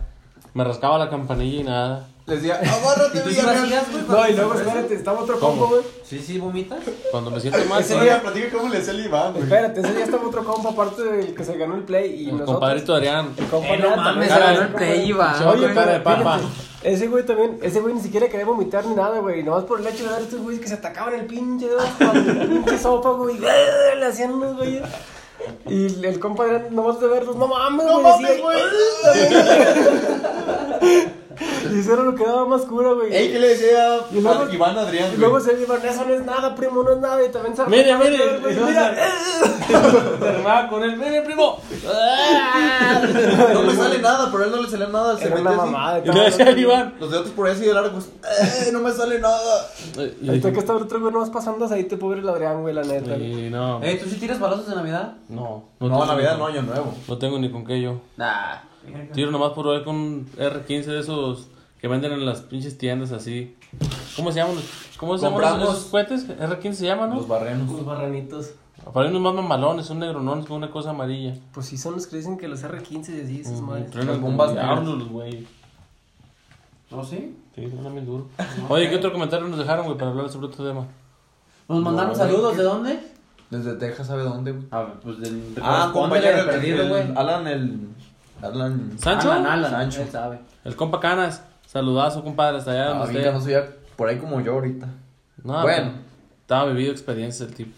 Me rascaba la campanilla y nada. Les decía, agárrate, ¿Y tú sí lo Villarreal. hacías, güey? No, y luego, espérate, estaba otro compa, güey. Sí, sí, vomita. Cuando me siento mal, Ese soy día platica cómo le hacía el Iván, güey. Espérate, ese día estaba otro compa, aparte del que se ganó el play. Y el nosotros. compadrito Adrián. El compa Eh, no Nata, mames, güey. se ganó el play, Iván. Se va Oye, con cara de papa. Ese güey también, ese güey ni siquiera quería vomitar ni nada, güey. Nomás por el hecho de ver a estos güeyes que se atacaban el pinche dedo con el pinche sopa, güey. Le hacían unos güeyes. Y el- el compa era nomás de verlos, no mames, No güey. mames, así. güey. Y eso era lo que daba más cura, güey. Ey, ¿qué le decía Y luego- a Iván Adrián, Y güey? luego se iban, eso no es nada, primo, no es nada. Y también se Mire, arrancaba el mire, dedo, güey, yo- mira. eh. Se armaba con él, mire, primo. No me sale nada, pero a él no le sale nada. Se Era mete una así. mamada. Y le decía estaba- al Iván. Los de otros por ahí así de largos. Eh, no me sale nada. Ahorita Y que dije, está el otro güey nomás pasando ahí, te pobre el Adrián, güey, la neta. güey. "Y no, Ey, Eh, ¿tú sí tiras balazos de Navidad? no, No, tengo Navidad ni- no, año nuevo. No tengo ni con qué yo. Nah. Tiro nomás por ver con un R15 de esos que venden en las pinches tiendas así. ¿Cómo se llaman? los- ¿Cómo se llaman Compramos- esos, esos cohetes? R15 se llaman, Los ¿no? barrenos. Los barranitos. Para unos más mamalones, un negronones con una cosa amarilla. Pues sí, son los que dicen que los R15 y así, esas madres. Traen Las los bombas bombas de negras. Arnold, güey. ¿No sí? Sí, suena bien duro. Oye, ¿qué otro comentario nos dejaron, güey, para hablar sobre otro tema? Nos mandaron No, saludos, ¿de dónde? Desde Texas, ¿sabe dónde, güey? Ah, pues del... Ah, compañero, el- perdido, el- güey. Alan, el. Alan. ¿Sancho? Alan, Alan, Sancho. él sabe. El compa Canas. Saludazo, compadre, hasta allá Ah, donde bien que no esté. subía por ahí como yo ahorita. No, Bueno. pero Estaba vivido experiencia el tipo.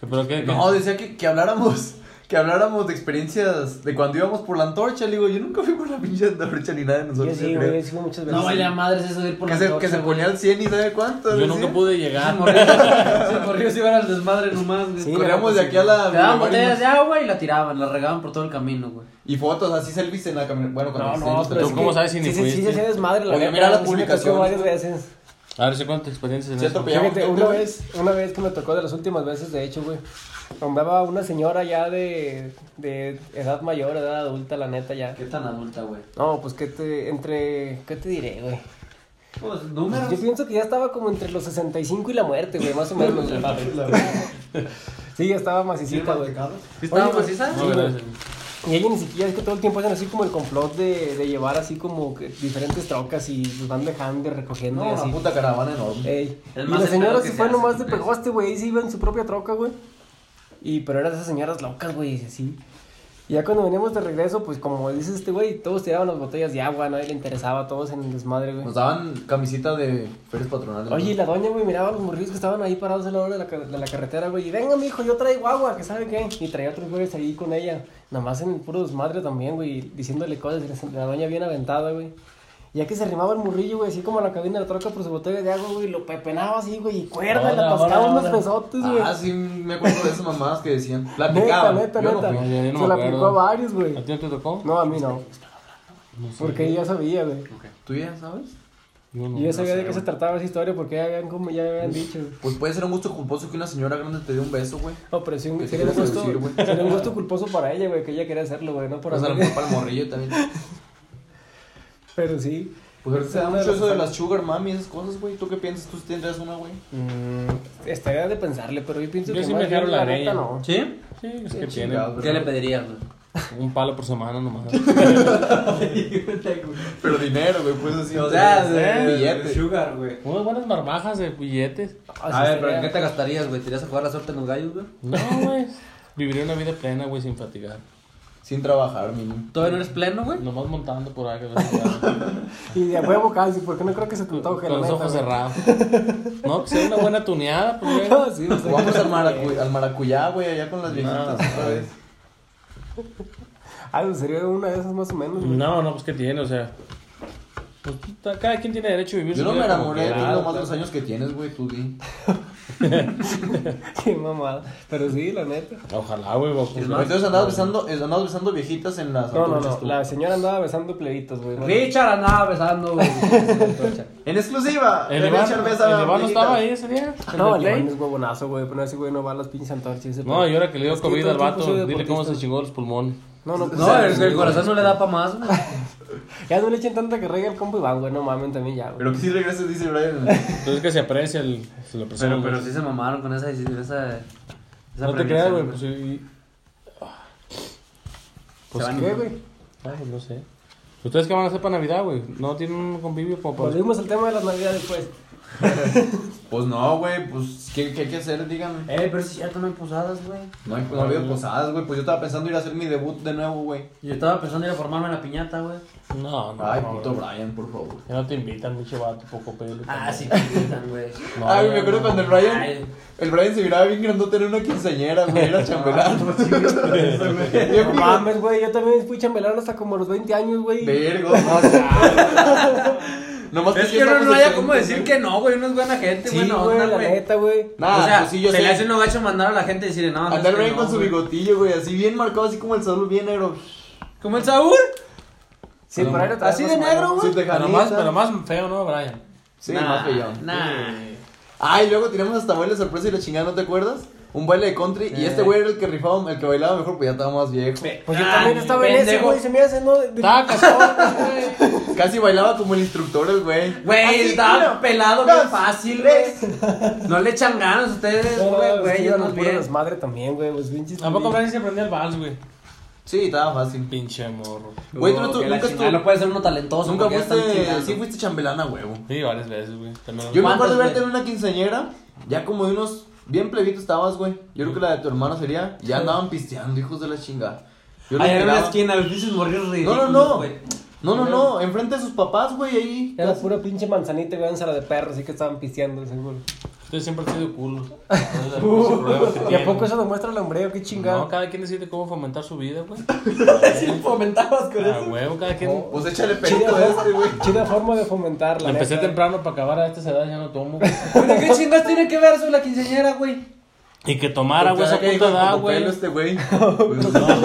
Que- ¿Pero qué? qué? No, decía que, que habláramos. Que habláramos de experiencias de cuando íbamos por la antorcha. Le digo, yo nunca fui por la pinche antorcha ni nada de Yo nosotros. sí, yo creo. güey, sí fue muchas veces. No valía madres eso de ir por Que la se, antorcha, que se güey. ponía al 100 y sabe cuánto. ¿sí? Yo nunca pude llegar. Se corrió, se corrió se iban al desmadre nomás, güey. Sí, Corríamos de aquí a Te daban botellas de la. agua y la tiraban, la regaban por todo el camino, güey. Y fotos, así selfies en la camioneta. Bueno, cuando No, nos no, hicimos pero ¿Tú es cómo que sabes si ni sí, sí, sí, ya fuiste? se desmadre la Oye, neta, mira las güey, sí me tocó publicaciones. varias veces. A ver, si cuántas experiencias en Sí, eso. atropellamos Fíjate, gente, una güey. vez, una vez que me tocó de las últimas veces, de hecho, güey. Andaba una señora ya de, de edad mayor, edad adulta, la neta ya. Qué tan adulta, güey. No, pues que te, entre, ¿qué te diré, güey? Pues números. Yo pienso que ya estaba como entre los 65 y la muerte, güey, más o menos. güey. sí, ya estaba macicita, güey. ¿Sí estaba Oye, güey, maciza? No, gracias. Y ella ni siquiera, es que todo el tiempo hacen así como el complot de, de llevar así como que diferentes trocas y los van dejando y recogiendo y No, así. una puta caravana enorme. Ey. El Y más la espero que señora se se fue hace, nomás de pues. pegoste, güey. y se iba en su propia troca, güey. Y, pero eran esas señoras locas, güey, así. Y ya cuando veníamos de regreso, pues como dice este güey, todos tiraban las botellas de agua, a nadie le interesaba, todos en el desmadre, güey. Nos daban camisita de ferias patronales. Oye, y ¿no? la doña, güey, miraba a los morrillos que estaban ahí parados al lado de la, ca- de la carretera, güey. Y venga, mijo, yo traigo agua, que sabe qué. Y traía otros güeyes ahí con ella. Nada más en el puro desmadre también, güey. Diciéndole cosas. y la- La doña bien aventada, güey. Y Ya que se arrimaba el murrillo, güey, así como a la cabina de la troca por su botella de agua, güey. Lo pepenaba así, güey. Y cuerda, le Ahora, atascaba ahora, unos ahora. pesotes, güey. Ah, sí, me acuerdo de esas mamadas que decían. neta, Platicaban. neta, Yo no neta. fui. fui, yo no se me la acuerdo. aplicó a varios, güey. ¿A ti no te tocó? No, a mí no. Porque yo ya sabía, güey. ¿Tú ya sabes? Yo no. Yo ya sabía de qué se trataba esa historia porque ya habían, como ya habían dicho, güey. Pues puede ser un gusto culposo que una señora grande te dé un beso, güey. No, pero sí, un- ¿Qué te sería, un quieres gusto, decir, güey? sería un gusto culposo para ella, güey, que ella quería hacerlo, güey, no por Pues a lo hacer- mejor para el morrillo también. Pero sí. Pues ahorita se da Una mucho de eso de las- las sugar mami, esas cosas, güey. ¿Tú qué piensas? ¿Tú tendrías una, güey? Mm, estaría de pensarle, pero yo pienso Yo que sí más me bien, jalo la neta, greña. no. ¿Sí? Sí, es que tiene chingados, ¿Qué le ¿verdad? pedirías, güey? un palo por semana nomás. Pero dinero, güey, pues así. eh, O sea, de, billetes. sugar, güey. Unas buenas marmajas de billetes. Ah, sí A ver, estaría- pero ¿en qué te gastarías, güey? ¿Te irías a jugar la suerte en los gallos, güey? No, güey. Viviría una vida plena, güey, sin fatigar. Sin trabajar, mínimo. ¿Todavía no eres pleno, güey? Nomás montando por ahí. que ves allá, Y de huevo casi, porque no creo que se te Con antoje la los neta, ojos güey. cerrados. No, que sea una buena tuneada, pues, güey. No, sí, o sea, Vamos al, maracu- al maracuyá, güey, allá con las viejitas otra vez. Ah, pues, sería una de esas más o menos, güey. No, no, pues que tiene, o sea. Pues, ta- cada quien tiene derecho a vivir Yo no me vida como enamoré de ti, quiera. nomás los años que ah, tienes, güey, tú di. Qué mamada. Pero sí, la neta. Ojalá, güey. pues, Entonces andabas besando, andabas besando viejitas en las No, no, antorchas no. tú. La señora andaba besando plebitos, güey. Richard andaba besando, güey. En exclusiva. El Iván Iván, el Iván no estaba ahí ese día. No, ¿En el el Iván play? es huevonazo, güey. Pero ese güey no va a las pinches antorchas. ese No, pedo. y ahora que le dio Es que COVID todo al el tiempo vato, soy dile cómo se deportista. chingó los pulmones. No, no, pues, No, ya, el, el corazón no le da para más, güey. Ya no le echen tanta carrega al combo Iván, güey. No mamen también ya, güey. Pero que si regreses, dice Brian. Entonces es que se aprecia el, se lo aprecia Pero, el- pero sí se mamaron con esa. esa, esa No premisa, te creas, güey. Pues, y- Pues qué, güey. ah, pues no sé. ¿Ustedes qué van a hacer para Navidad, güey? ¿No tienen un convivio como para.? Volvimos al tema de las navidades, pues. Pues no, güey, pues ¿qué, qué hay que hacer? Díganme. Eh, pero si ya toman posadas, güey. No, hay, no ha habido posadas, güey. Pues yo estaba pensando ir a hacer mi debut de nuevo, güey. Yo estaba pensando en ir a formarme en la piñata, güey. No, no. Ay, no, puto güey. Brian, por favor. Ya no te invitan, pinche vato, poco pelo. Ah, también. sí, piñatan, güey. No, Ay, ya me acuerdo no. cuando el Brian. Ay. El Brian se miraba bien grandote en una quinceañera, güey. Era chambelán. No mames, güey. Yo también fui chambelán hasta como los 20 años, güey. Vergo. no, Nomás Es sí que uno estamos no haya excelentes, cómo decir que no, güey. Uno es buena gente, Sí, güey. güey, no, la neta, güey. Nah, o sea, pues sí, yo se sé. le hace un gacho mandar a la gente y decirle, no, Andar es que bien no, con su güey. bigotillo, güey. Así bien marcado, así como el Saúl, bien negro. ¿Como el Saúl? Sí, por ahí lo traes ¿Así más de o menos. negro, güey? Sin Pero más, tejanita. pero más feo, ¿no, Brian? Sí, Nah, más pellón. Nah. Ay, luego teníamos hasta baile sorpresa y la chingada, ¿no te acuerdas? Un baile de country y este güey era el que rifaba, el que bailaba mejor, pues ya estaba más viejo. Pues yo también Ay, estaba en ese, pendejo. güey. Se me hace, ¿no? De- de- ¡Estaba casado, güey! Casi bailaba como el instructor el güey. Ah, Güey, estaba pelado dos, bien fácil, güey. No le echan ganas ustedes, No, güey, pues, güey, sí, yo íbamos no puro bien. desmadre también, güey. Pues pinches. Tampoco Brian se prendió el vals, güey. Sí, estaba fácil. Pinche morro. Güey, tú no- tú- que la nunca chingada, estu- No puede ser uno talentoso. Nunca porque ya están fuiste, chingando. sí fuiste chambelana, huevo. Sí, varias veces, güey. También- Yo me ¿Cuántas, acuerdo de verte en güey? una quinceañera, ya como de unos bien plebito estabas, güey. Yo creo que la de tu hermano sería, ya andaban pisteando, hijos de la chingada. Yo Allá en una tiraba. esquina, los pinches morrillos No, ridículos, no, no. güey. No, no, no. Enfrente de sus papás, güey, ahí. Era pura pinche manzanita, güey, era de perro, así que estaban pisteando, seguro. Ustedes siempre han sido culo. ¿Y ¿Y a poco eso demuestra el hombreo? Qué No, chingado. cada quien decide cómo fomentar su vida, güey. Fomentabas con A huevo, cada quien. Pues échale pelito Chida, a este, güey. chida forma de fomentar, la Empecé neta. temprano para acabar a estas edades, ya no tomo. güey. Pero qué chingas tiene que ver eso la quinceañera, güey. Y que tomara, güey, esa Ya que dijo puta el edad, Cocopelo güey. este güey.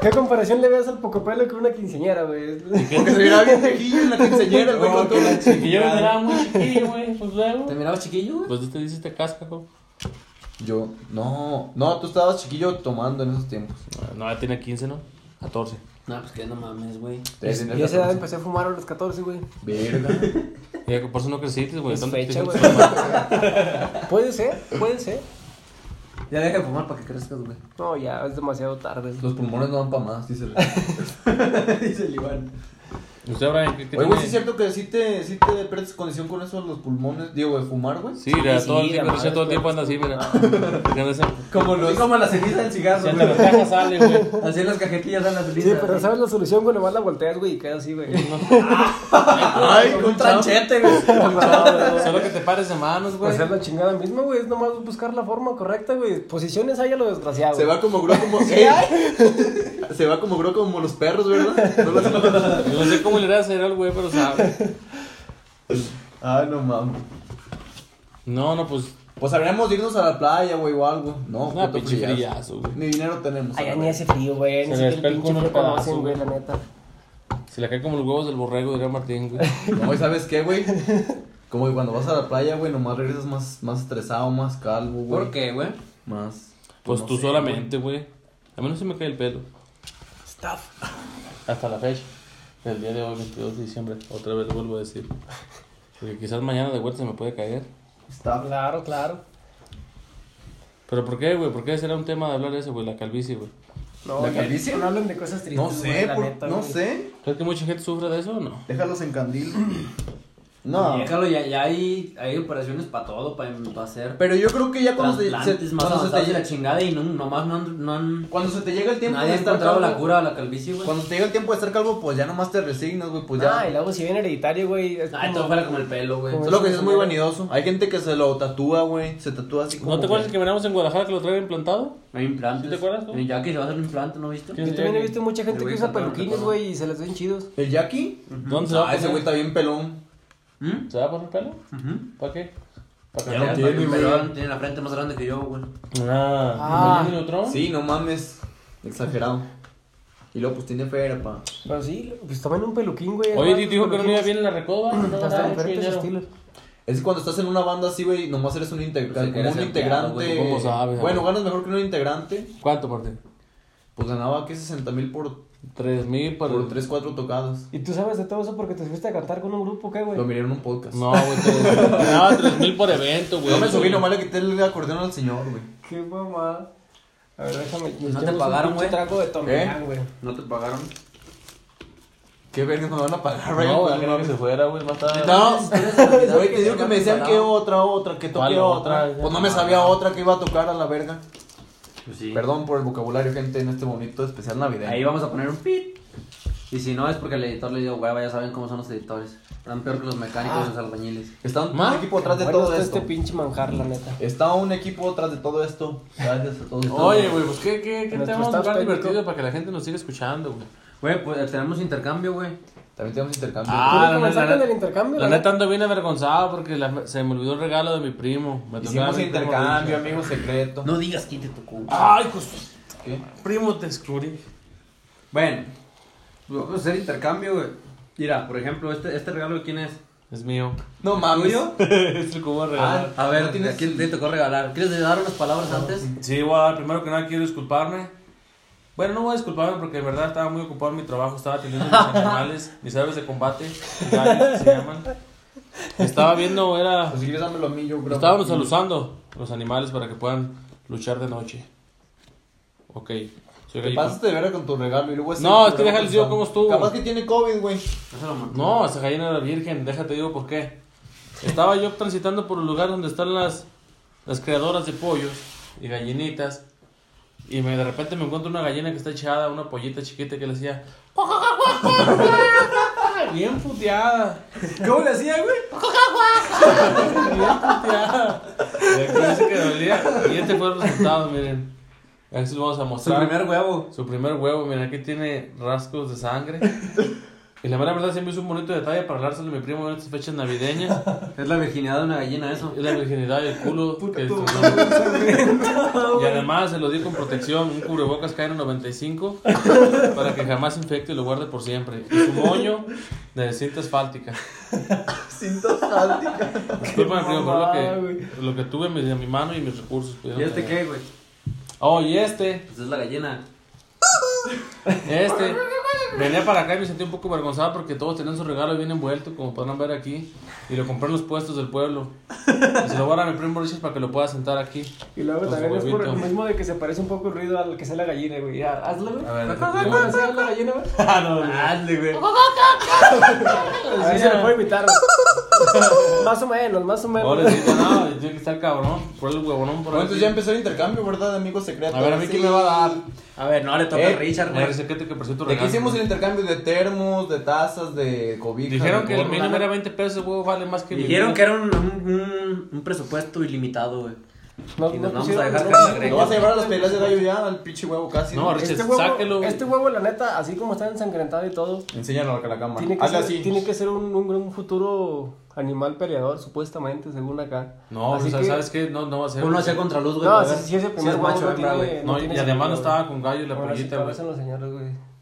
¿Qué comparación le ves al pocopelo con una quinceañera, güey? Porque se miraba bien tequillo en la quinceañera, el güey, con todo. Y yo me miraba muy chiquillo, güey, pues luego. ¿Te mirabas chiquillo, güey? Pues tú te dices te casca, güey. Yo, no, no, tú estabas chiquillo tomando en esos tiempos. No, ya tiene 15, ¿no? 14. No, pues que no mames, güey. Tres, Y a esa edad empecé a fumar a los 14, güey. Verga. Y ya que por eso no creciste, güey. Es tanto que te fecha, hicieron güey. Puede ser, puede ser. Ya deja de fumar para que crezcas, güey. No, ya, es demasiado tarde. Los pulmones no van para más, dice el Dice el Iván. ¿Usted, Brian, qué, qué Oye, güey, sí tiene? es cierto que sí te, sí te pierdes condición con eso de los pulmones. Digo, de fumar, güey. Sí, mira, Sí, todo el la tiempo, madre, todo el tiempo anda así, mira. Porque anda esa- Como, los... como la ceniza del cigarro, Si hasta güey. la caja sale, güey. Así en las cajetillas dan la ceniza. Sí, pero ¿sabes la solución, güey? Nomás la volteas, güey, y queda así, güey. Ay, con tranchete, güey. Solo que te pares de manos, güey. Pues es la chingada misma, güey. Es nomás buscar la forma correcta, güey. Posiciones hay a lo desgraciado. Se va como gro como. Ey, Se va como gro como los perros, ¿verdad? No los- No sé cómo le irá a hacer al güey, pero sabe. Ay, no mames. No, no, pues. Pues habríamos de irnos a la playa, güey, o algo. No, Una puto pinche frillazo. frillazo, güey. Ni dinero tenemos. Allá a la ni verga. hace frío, güey. Ni Se siquiera despega el pinche uno frío el pedazo, conocen, güey, la güey. neta. Se le cae como los huevos del borrego, diría Martín, güey. No, ¿y sabes qué, güey? Como que cuando vas a la playa, güey, nomás regresas más, más estresado, más calvo, güey. ¿Por qué, güey? Más. Pues no tú sé, solamente, güey. A mí no se me cae el pelo. Stuff. Hasta la fecha. El día de hoy, 22 de diciembre. Otra vez lo vuelvo a decir. Porque quizás mañana de vuelta se me puede caer. Está. Claro, claro. ¿Pero por qué, güey? ¿Por qué será un tema de hablar de eso, güey? La calvicie, güey. No, ¿La güey, calvicie? No hablen de cosas tristes, No güey, sé, la por- neta, no güey. sé. ¿Crees que mucha gente sufre de eso o no? Déjalos en candil. Ah. No. Déjalo, ya, ya hay, hay operaciones para todo, para hacer. Pero yo creo que ya cuando se, Trasplantes se- más cuando, se avanzados te, de la chingada y no, nomás no han, no han cuando se te llega el tiempo Nadie ha de estar encontrado la calvo, cura a la calvicie, güey. Cuando te llega el tiempo de estar calvo, pues ya nomás te resignas, güey, pues ya. Ah, Ah, y luego si viene hereditario, güey. es Ay, como- todo fuera Ah, como el pelo, güey. Como- Solo que sí es muy vanidoso. Hay gente que se lo tatúa, güey. Se tatúa así como. ¿No te acuerdas que miramos en Guadalajara que lo traían implantado? No hay implantes. ¿Sí te acuerdas, no? El Jackie se va a hacer un implante, ¿no viste? ¿Quién Yo es también he Jackie? visto mucha gente El que güey usa cantaba, peluquines, cantaba. güey, y se les ven chidos. ¿El Jackie? ¿Dónde se va a Ah, poner? ese güey está bien pelón. ¿Mm? ¿Se va a poner pelo? Ujú. ¿Para qué? ¿Para Ya, que güey, no tiene, pelón, tiene la frente más grande que yo, güey. Ah, Ah. ¿Benjamín Neutrón? Sí, no mames. Exagerado. Y luego, pues tiene feria, pa. Pero sí, pues tomen un peluquín, güey. Oye, además, Titi dijo que no me iba peluquines. bien en la recoba. No, no, Hasta no, mucho diferentes dinero. estilos. Es que cuando estás en una banda así, güey, nomás eres un, integra- Pues, como eres un empleado, integrante. güey, ¿cómo sabes, bueno, güey? ganas mejor que un integrante. ¿Cuánto, Martín? Pues ganaba que 60 mil por, Tres mil por... por 3, 4 tocadas. Y tú sabes de todo eso porque te fuiste a cantar con un grupo, ¿qué, güey? Lo miré en un podcast. No, güey, te- ganaba tres mil por evento, güey. Yo me subí, nomás le quité el acordeón al señor, güey. Qué mamá. A ver, déjame. nos te echamos un pagaron, pinche güey? trago de Tomián, güey. ¿No te pagaron? ¿Qué verga me van a pagar, güey? No, güey, quería que se fuera, güey, más tarde. No, güey, te digo que que me decían que otra, otra, que toque ¿Cuál otra. otra? Ah. Pues no me sabía otra que iba a tocar a la verga. Pues sí. Perdón por el vocabulario, gente, en este bonito especial Ahí navideño. vamos a poner un pit. Y si no, es porque el editor le dio hueva, ya saben cómo son los editores. Están peor que los mecánicos Ah. y los albañiles. Está un Ma, equipo atrás de Bueno, todo está esto. este pinche manjar, la neta. Está un equipo atrás de todo esto. Gracias a todos. Oye, güey, pues qué, qué, qué Nuestro tema vamos a staff tocar técnico. divertido para que la gente nos siga escuchando, güey. Güey, pues tenemos intercambio, güey. También tenemos intercambio. Ah, ¿Quieres la comenzar neta- con el intercambio? La neta ando bien avergonzado porque la- se me olvidó el regalo de mi primo. Me tocaba Hicimos mi primo intercambio, Richard. amigo secreto. No digas quién te tocó. Ay, pues, ¿Qué? primo, te descubrí. Bueno, pues, vamos a hacer intercambio, güey. Mira, por ejemplo, este, este regalo de quién es. Es mío. No mames. ¿Tuyo? es el cubo de regalo. A ver, Ah, ¿No tienes- ¿a quién te tocó regalar? ¿Quieres dar unas palabras antes? Sí, voy a dar, primero que nada quiero disculparme. Bueno, no voy a disculparme porque en verdad estaba muy ocupado en mi trabajo, estaba atendiendo mis animales, mis aves de combate, gallos, se llaman. Estaba viendo, era... Pues si quieres dámelo a mí, yo creo. Estábamos alusando los animales para que puedan luchar de noche. Ok. Te Soy gallito. pasaste de verga con tu regalo y luego ese- No, es que déjales yo cómo estuvo. Capaz que tiene COVID, güey. No, esa gallina era virgen, déjate digo por qué. Estaba yo transitando por el lugar donde están las, las creadoras de pollos y gallinitas. Y me, de repente me encuentro una gallina que está echada, una pollita chiquita que le hacía. Bien puteada. ¿Cómo le hacía, güey? Bien puteada. Y aquí dice que dolía. Y este fue el resultado, miren. Aquí se lo vamos a Su Ah. mostrar. primer huevo. Su primer huevo, miren, aquí tiene rasgos de sangre. Y la mera verdad se me hizo un bonito detalle para dárselo a mi primo en estas fechas navideñas. Es la virginidad de una gallina, eso. Es la virginidad y el culo. que tu- y además se lo di con protección, un cubrebocas KN95 para que jamás se infecte y lo guarde por siempre. Y su moño de cinta asfáltica. Cinta asfáltica. Disculpa, primo, por lo mamada, que, lo que tuve mi- de mi mano y mis recursos. pues, ¿Y no este tenía. qué, güey? Oh, y este, Pues es la gallina. este. Venía para acá y me sentí un poco avergonzado porque todos tenían su regalo bien envuelto, como podrán ver aquí. Y lo compré en los puestos del pueblo. Y se lo guardan a mi primo Richard para que lo pueda sentar aquí. Y luego Con su también es por lo huevito. mismo de que se parece un poco el ruido al que sea la gallina, güey. Ya, Hazlo, güey. A ver, ¿Cómo le hacía la gallina, güey? Ah, Hazle, güey. A ver si lo puedo imitar, güey. Más o menos, más o menos. Pobrecito, no, tiene que estar cabrón. Por el huevonón por Bueno, ahí. entonces ya empezó el intercambio, ¿verdad, amigos secretos? A ver, a mí Sí. quién me va a dar. A ver, no le toca Eh, a Richard, Me güey. dice que te que por cierto ¿De qué regalo. hicimos el intercambio? De termos, de tazas, de cobijas. Dijeron de que el gorros. mínimo era 20 pesos, el huevo vale más que mi Dijeron vida. que era un, un, un- un presupuesto ilimitado, güey. No, Y no nos vamos a pusieron- dejar no, que la no, agregue. ¿Lo vas a llevar a las peleas de gallo ya? Al pinche huevo casi. No, Richard, Este huevo, sáquelo. güey. este huevo, la neta, así como está ensangrentado y todo, Enséñalo a la cámara. tiene que Hazle ser, así. tiene que ser un, un, un futuro animal peleador, supuestamente, según acá. No, pues, Así o sea, que- ¿sabes qué? No, no va a ser. Uno hacía contraluz, güey. No, para sí, ver sí, ese primer es huevo macho, no o hembra, tiene- güey. No, y tiene además no sentido, estaba güey. con gallo y la Ahora sí pollita, güey. parecen los señores, güey.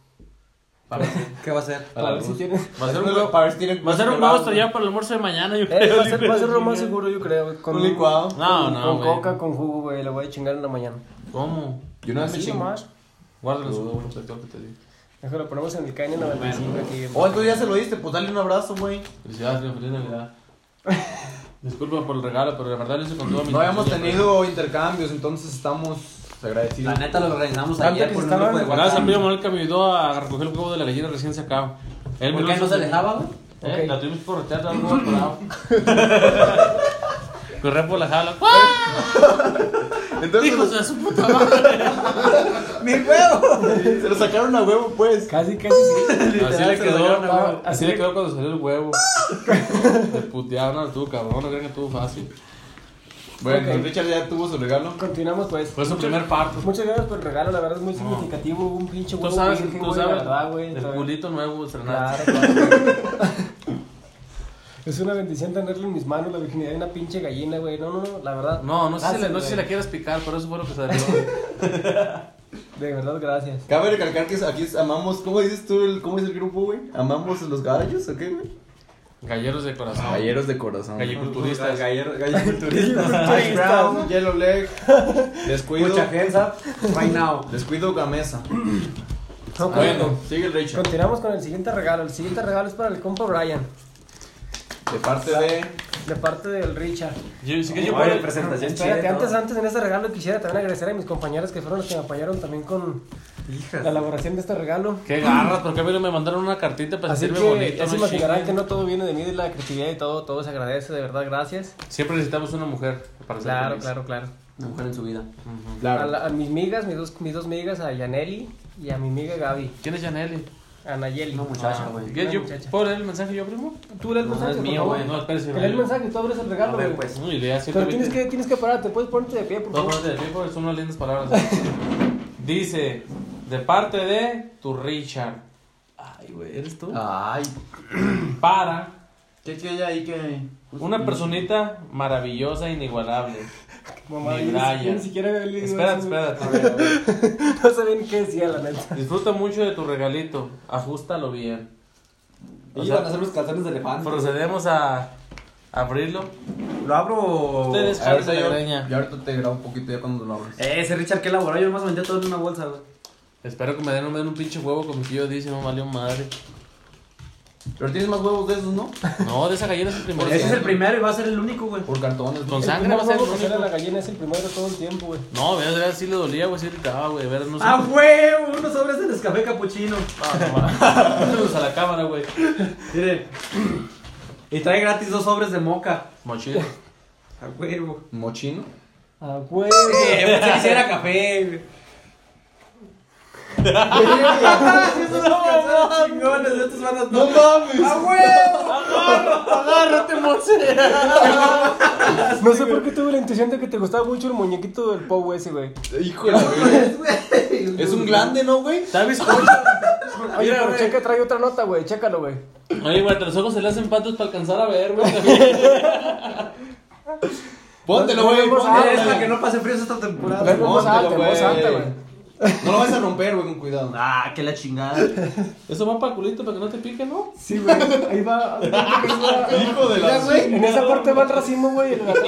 Para- ¿Qué va a hacer? A ver si tienen... Va a ser un Hazlo huevo. para ver si tiene- Va a ser un huevo pelado. estrellado para el almuerzo de mañana, yo Eh, creo. va a ser, va a ser lo más seguro, yo creo. Con Un licuado. No, con- no, Con güey. coca, con jugo, güey. Lo voy a chingar en la mañana. ¿Cómo? Yo una vez me Así chingo. nomás. Guárdalo su huevo, protector que te di. Déjalo, ponemos en el KN95 aquí. Oh, entonces ya se lo diste, pues dale un abrazo, güey. Felicidades, primo, feliz Navidad. Disculpa por el regalo, pero la verdad lo hice con todo mi No habíamos corazón, tenido intercambios, entonces estamos agradecidos. La neta lo organizamos Antes ayer que por se un grupo estaban- de Gracias a WhatsApp. mi Manuel que me ayudó a recoger el huevo de la gallina recién sacado. Él ¿Por qué me lo no hizo se de- dejaba, güey? Eh, Ok. La tuvimos por retear, la tuvimos parado. Correr por la jala. Entonces, Hijos de su puta madre. ¡Mi huevo! se lo sacaron a huevo, pues. Casi, casi sí. Así le se lo quedó, sacaron a pa- huevo. así le quedó cuando salió el huevo. Le putearon, no estuvo cabrón, no creen que estuvo fácil. Bueno, Ok. Richard ya tuvo su regalo. Continuamos, pues. Fue su primer parto. Muchas gracias por el regalo, la verdad es muy significativo. Un pinche huevo Tú sabes, virgen, tú güey, la sabes, verdad, güey. el está- culito nuevo estrenado. Claro, claro. Es una bendición tenerlo en mis manos, la virginidad de una pinche gallina, güey. No, no, no, la verdad. No, no sé, si Gracias, la, no sé si Ah, la güey. quieras picar, pero eso fue lo que salió. De verdad, gracias. Cabe recalcar que aquí es- amamos, ¿cómo dices tú? El, ¿Cómo es el grupo, güey? ¿Amamos los gallos o qué, güey? Galleros de corazón. Galleros de corazón. Galliculturistas. Gallero- Galliculturista. Ice Brown, Yellow Leg, Descuido, Mucha hands up right now. Descuido Gamesa. Ok. Bueno, sigue el Richard. Ah, Continuamos con el siguiente regalo. El siguiente regalo es para el compa Brian, De parte de... de parte del Richard. Yo, sí que yo Oye, puedo- presentación Espérate, chida. antes, antes en este regalo quisiera también agradecer a mis compañeros que fueron los que me apoyaron también con la elaboración de este regalo. Qué garras, porque a mí no me mandaron una cartita para Así que sentirme bonito. ya se no imaginarán que chinguen. no todo viene de mí, de la creatividad y todo, todo se agradece, de verdad, gracias. Siempre necesitamos una mujer para ser Claro, feliz. claro, claro. Una mujer en su vida. A, la- a mis migas, mis dos, mis dos migas, a Yaneli y a mi amiga Gaby, ¿Quién es Janelle? a Nayeli. Una muchacha, güey. ¿Qué, Una yo, Ah, muchacha. ¿Puedo leer el mensaje yo, primo? Tú lees el No, no mensaje, es por mío, favor. güey. No, espérese. Lee el mensaje, tú abres el regalo, A ver, güey. pues. Uy, le hace Pero tienes que, tienes que pararte, puedes ponerte de pie, por No, favor. ponte de pie, porque son unas lindas palabras. Dice, de parte de tu Richard. Ay, güey, ¿eres tú? Ay, Para ¿qué queda ahí que...? una personita maravillosa e inigualable. Mamá, yo ni, Ni Brian. siquiera- ni siquiera había leído Espérate, eso, güey. espérate. a ver. No sabían qué decía, la neta. Disfruta mucho de tu regalito. Ajústalo bien. O Y sea, van a hacer los calzones de elefante. Procedemos a abrirlo. ¿Lo abro o- Ustedes. Ahorita Charles yo, Leña. yo ahorita te grabo un poquito ya cuando lo abres. Eh, ese Richard que elaboró, yo nomás lo metí todo en una bolsa, güey. Espero que me den, no me den un pinche huevo como que yo dice, no valió madre. Pero tienes más huevos de esos, ¿no? No, de esa gallina es el primero. Ese es el primero y va a ser el único, güey. Por cartones. Con güey. sangre el va a ser primer el huevo que sale a la único. gallina es el primero todo el tiempo, güey. No, vea, vea, sí le dolía, güey, sí gritaba, güey. Ver, no sé. ¡Ah, huevo! Unos sobres de Nescafé Capuchino. Ah, no, no. a la cámara, güey. Miren. Y trae gratis dos sobres de moca. Mochila. A huevo. Mochino. Ah, güey. Eh, pues, si quisiera café, güey. Chingones, estos van a ¡No mames! ¡Agárrate, Monse! No sé por qué tuve la intuición de que te gustaba mucho el muñequito del Pou ese, güey. Híjole, güey. Es un glande, ¿no, güey? ¿Sabes? Oye, Mira, pero güey. checa, trae otra nota, güey. Chécalo, güey. Oye, güey, hasta los ojos se le hacen patos para alcanzar a ver, güey. también. Póntelo, güey. Ponemos Ah, es póntelo. para que no pase frío esta La temporada. voz Póntelo, alta, voz alta, güey. güey. No lo vas a romper, güey, con cuidado. Ah, que la chingada. Eso va para culito para que no te pique, ¿no? Sí, güey. Ahí va. Hijo de Ya, la... güey. En esa parte va el racimo, güey. el racimo.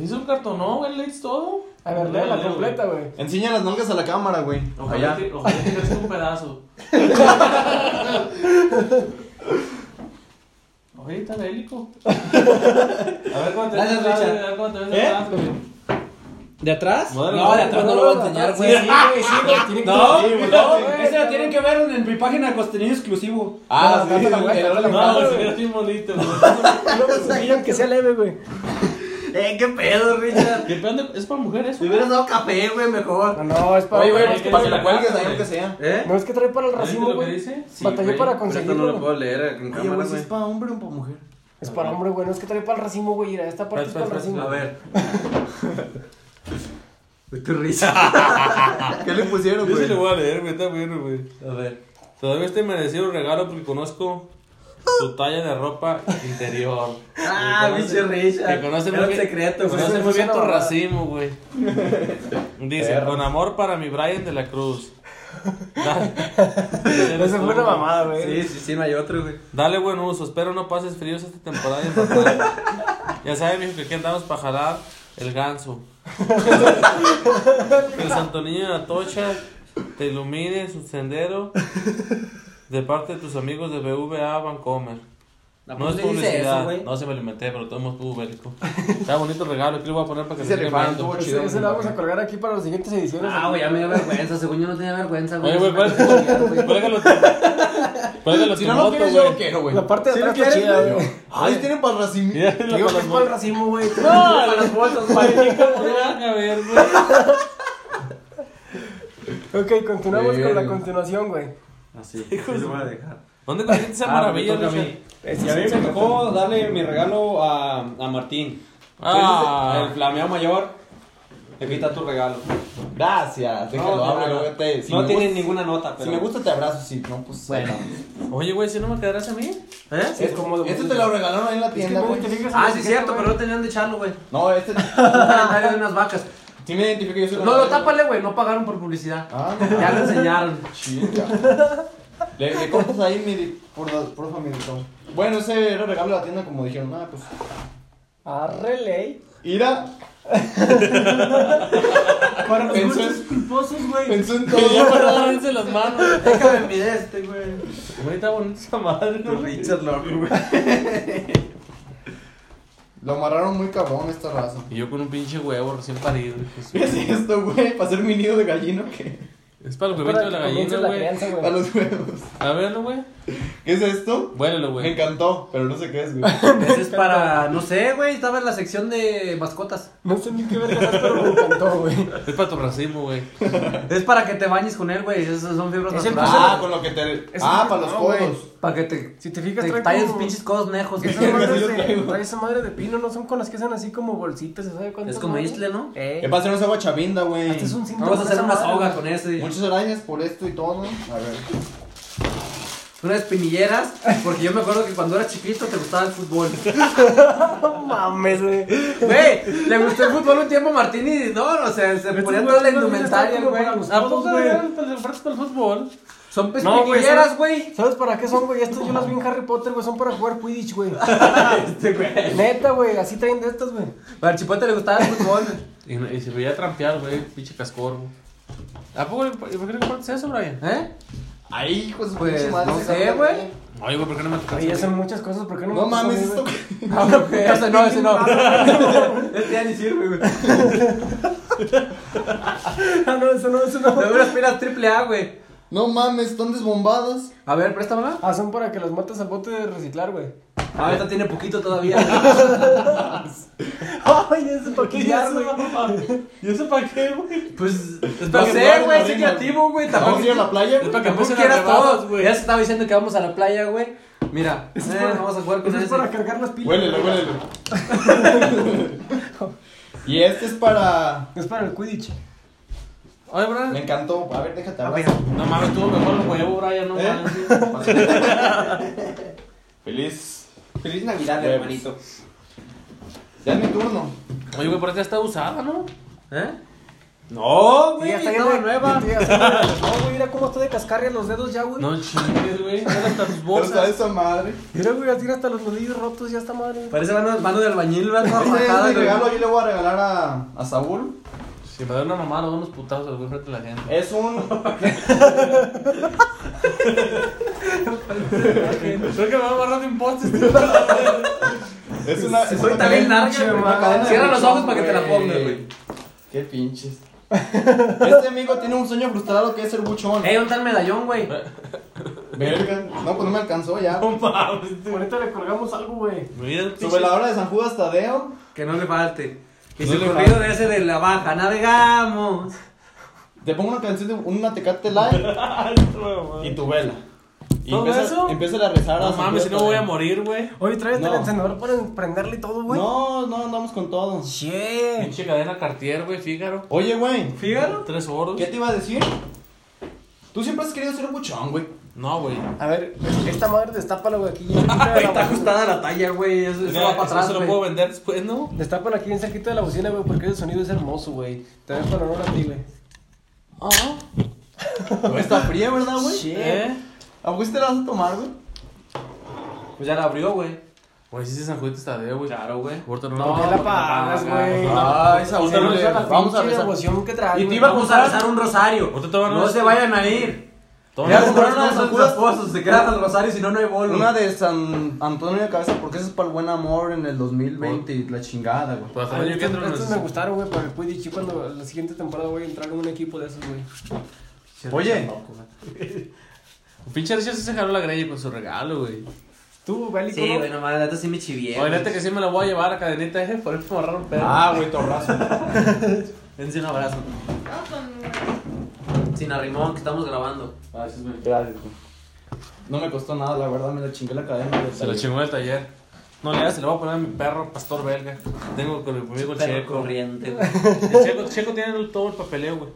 Hice un cartonón, güey, leíste todo. A ver, léela completa, güey. Enseña las nalgas a la cámara, güey. Ojalá Allá. que, ojalá que crezca un pedazo. Oye, está bélico. A ver cuánto te Gracias, ves, Richard. a ver cuánto te ¿Eh? ves atrás, güey. ¿De atrás? Modelo. de atrás no lo voy a enseñar, Sí, sí, güey, sí, güey. Tiene que No, Sí, güey. no, güey, ese lo no. tienen que ver en, en mi página de contenido exclusivo. Ah, sí, Cártala, güey, güey, cártala, no, No, güey. güey, si eres bien bonito, güey. No, pues, sí, aunque sea leve, güey. Eh, qué pedo, Richard. ¿Qué pedo? ¿Es para mujer eso? Me hubieras dado café, güey, mejor. No, no, es para. Oye, güey, Ay, para que que se la lo cuelgues agarre, ahí, güey. aunque sea. ¿Eh? No, es que trae para el ¿Viste racimo, lo que güey. dice? Sí, Batallé güey. para Pero esto no lo conseguirlo. puedo leer en Oye, cámara, güey, si güey. es para hombre o para mujer. Es para hombre, güey. No es que trae para el racimo, güey. Mira, esta parte es para el racimo. A ver. Uy, tu risa. Ah. ¿Qué le pusieron, Yo sí le güey? voy a leer, güey, está bueno, güey. pues. A ver. Todavía este merecido regalo porque conozco su talla de ropa interior. Ah, Me conoce- bicho Richard. Me conoce Era muy un bien- secreto, me güey. conoce Eso muy es bien tu una mamada. racimo, güey. Dice, Perro. con amor para mi Brian de la Cruz. Dale, Esa fue una mamada, güey. Sí, sí, sí, no hay otro, güey. Dale buen uso, espero no pases fríos esta temporada y invernal. Ya saben, mijo, que aquí andamos para jalar el ganso. que el Santo Niño de Atocha te ilumine en su sendero de parte de tus amigos de BVA Vancomer. No, No pues es le dice eso, publicidad, güey. no se me lo inventé, pero todo el mundo estuvo bélico. Está bonito el regalo, aquí lo voy a poner para que Sí se se sigan rifaron, viendo. estuvo Ese, chido. ese lo vamos a colgar aquí para las siguientes ediciones. Ah, güey, ya me dio vergüenza. Según yo no tenía vergüenza, güey. Oye, güey, ¿cuál cuál es que lo ¿Cuál es que lo Si no lo quieres, yo lo quiero, güey. La parte de Si atrás lo está quieres, chida, güey. güey. Ay, tienen para el racimo. Digo que es para el racimo, güey. No, las bolsas, A ver, güey. Ok, continuamos con la Verga. continuación, güey. Así, sí lo voy a dejar. ¿Dónde conseguiste esa Ah, me maravilla? toca a Richard? mí. Ese Y a mí sí se me me tocó darle mi regalo a, a Martín. Ah. El flameo mayor. Aquí está tu regalo. Gracias. Déjalo, No, ábrelo, no, no. vete. Si no me tiene gusta- ninguna nota, pero. Si me gusta, te abrazo. Si no, pues. Bueno. Oye, güey, si no me quedarás a mí. ¿Eh? Sí, es cómodo, Este güey. te lo regalaron ahí en la Es que tienda, güey, güey. te fijas en Ah, la sí, es etiqueta, cierto, güey. pero no tenían de echarlo, güey. No, este. Un calendario de unas vacas. Sí me identifico, yo soy. No, lo tápale, güey, no pagaron por publicidad. Ah, no. Ya lo enseñaron. Chica. Le, le cortas ahí mi por la- por favor, mi dedito. Bueno, ese era regalo de la tienda como dijeron, nada, pues. Arreley. Ira. Para los Pensó- gustos gustos culposos, güey. Pensó en todo. Lávense las manos. Déjame mi de este, güey. Güey, está bonita esa madre, ¿no? Richard Loco, güey. Lo amarraron muy cabrón esta raza. Y yo con un pinche huevo recién parido. hijo de su- ¿Qué es esto, güey? ¿Para hacer mi nido de gallino que Es para el Para huevito de la que comience gallina, la güey. crianza, Para güey. los huevos. A verlo, güey. ¿Qué es esto? Vuélelo, Me güey. encantó, pero no sé qué es, güey. Ese es para, no sé, güey, estaba en la sección de mascotas. No sé ni qué verga es, pero me encantó, güey. Es para tu racimo, güey. Es para que te bañes con él, güey. Esas son fibras Es el naturales. Ah, con lo que te. Eso Ah, no, para los no, güey. codos. Para que te, Si te fijas, te trae talles como- pinches codos nejos. Esas Sí, madres sí lo de- traigo. trae esa madre de pino, no son con las que hacen así como bolsitas, ¿se sabe cuánto? Es como Isle, ¿no? ¿Qué Eh. pasa? No es agua chavinda, güey. Este es un síntoma. Vamos a de hacer esa una madre, soga güey. con ese. Muchas arañas por esto y todo. A ver. Unas espinilleras. Porque yo me acuerdo que cuando eras chiquito te gustaba el fútbol. No mames, güey. Güey, le gustó el fútbol un tiempo a Martín y no, o sea, Este se ponía toda la indumentaria, güey. Ah, pues, güey. el fútbol? Son No, güey, espinilleras, güey. ¿Sabes para qué son, güey? Estos yo las vi en Harry Potter, güey. Son para jugar Quidditch, güey. Este, Neta, güey. Así traen de estas, güey. Al chipote le gustaba el fútbol. Y, no- y se veía trampear, güey. Pinche cascorbo. ¿A poco le- por qué le compartes eso, Brian? ¿Eh? Ahí, hijo de su Pues, pinche madre. no se sé, agarra, güey. Oye, güey, ¿por qué no me tocas? Ahí ya son muchas cosas, ¿por qué no me No pasó a mí, mames, güey? esto. Ah, ok. Ese no, ese no. Este ya ni sirve, güey. Ah, no, eso no, eso no. De unas pilas triple A, güey. No mames, están desbombadas. A ver, préstamela. Ah, son para que las matas al bote de reciclar, güey. Ah, esta tiene poquito todavía. Ay, eso ¿Y eso para qué, güey? Pues. No sé, güey, soy creativo, güey. ¿Vamos Tampoco a ir a la playa, Es güey? para que Tampoco empiecen quieras a todos, güey. Ya se estaba diciendo que vamos a la playa, güey. Mira, eh, vamos a jugar con Eso es ese. para cargar las pilas. Huélelo, huélelo. y este es para... Es para el Quidditch. Oye, bro. Me encantó. A ver, déjate Ah, hablar. mira. No mames, estuvo mejor el huevo, Brian, no ¿Eh? mames. Feliz. Feliz Navidad, Huevos. hermanito. Ya es mi turno. Oye, güey, pero esta está usada, ¿no? ¿Eh? No, Y ya está estaba llena- nueva. y te- ya está- No, güey, mira cómo está de cascarria los dedos ya, güey. No chingues, güey. Mira hasta tus Pero está bolsas. esa madre. Mira, güey, así hasta los nudillos rotos ya está madre. Parece mano, mano de albañil, güey. toda Este rajada, es mi güey. regalo. Yo le voy a regalar a, a Saúl. Si me da una mamada, unos putazos, güey, frente a la gente. Es un... Creo que me va a agarrar de impostes, Es una... Es una Está bien cadena- larga, güey. una cadena de Cierra los colchón, ojos para que te la pongas, güey. Qué pinches. Este amigo tiene un sueño frustrado que es ser buchón. Ey, ¿dónde está el medallón, güey? Verga. No, pues no me alcanzó ya. No mames, Ahorita le colgamos algo, güey. Mira el Sobre la hora de San Judas Tadeo. Que no le falte. Y No su le corrido falte. de ese de la baja, navegamos. Te pongo una canción de una tecate live y tu vela. Y ¿Todo empieza, eso? empieza a rezar a No San mames, Judas si no voy a Tadeo. morir, güey. Oye, trae hasta No. el encendedor para prenderle y todo, güey. No, no, andamos con todo. Che. Pinche cadena Cartier, güey, Fígaro. Oye, güey, Fíjalo. Tres oros. ¿qué te iba a decir? Tú siempre has querido ser buchón, güey. No, güey. A ver, esta madre destápala, güey, aquí. cerquita de la Está bocina. ajustada la talla, güey. Eso, eso Mira, va para eso atrás, se lo güey. puedo vender después, ¿no? Destápala aquí bien cerquita de la bocina, güey, porque ese sonido es hermoso, güey. También para honor a ti, güey. Ah. No está fría, ¿verdad, güey? Che. ¿eh? ¿A poco sí te la vas a tomar, güey? Pues ya la abrió, güey. Güey, sí, sí, San Juan está de, güey. Claro, güey. Ahorita no No, ya la pagas, güey. Ay, Saúl, Usted no hizo la vamos a pinche rezar. devoción que trae, Y te güey. iba a Vamos a rezar un rosario. Ahorita todavía no No es- se vayan a ir. Todo Ya Ya compraron compraron las los Judas. esposos. Se quedan los rosarios y no, no hay bolo. Una de San Antonio de Cabeza, porque eso es para el buen amor en el 2020 y la chingada, güey. Pues hasta Ah, el año que Estos entra estos nos- me gustaron, güey, para el Quidditch. y Cuando la siguiente temporada voy a entrar en un equipo de esos, güey. Oye, Pinche Richard sí se jaló la greña con su regalo, güey. Tú, Bélico. Sí, ¿no? güey, nomás la neta sí me chivié. Oye, neta que sí me la voy a llevar a cadenita, eh, por eso me agarraron pedo. ah, güey, torrazo. Dense un abrazo. Sin arrimón, que estamos grabando. Gracias, güey. Gracias, güey. No me costó nada, la verdad, me la chingué la cadena. güey. Se la chingó en el taller. No le hagas, se la voy a poner a mi perro, pastor belga. Tengo con conmigo el Perro checo. corriente, güey. El checo, checo tiene el- todo el papeleo, güey.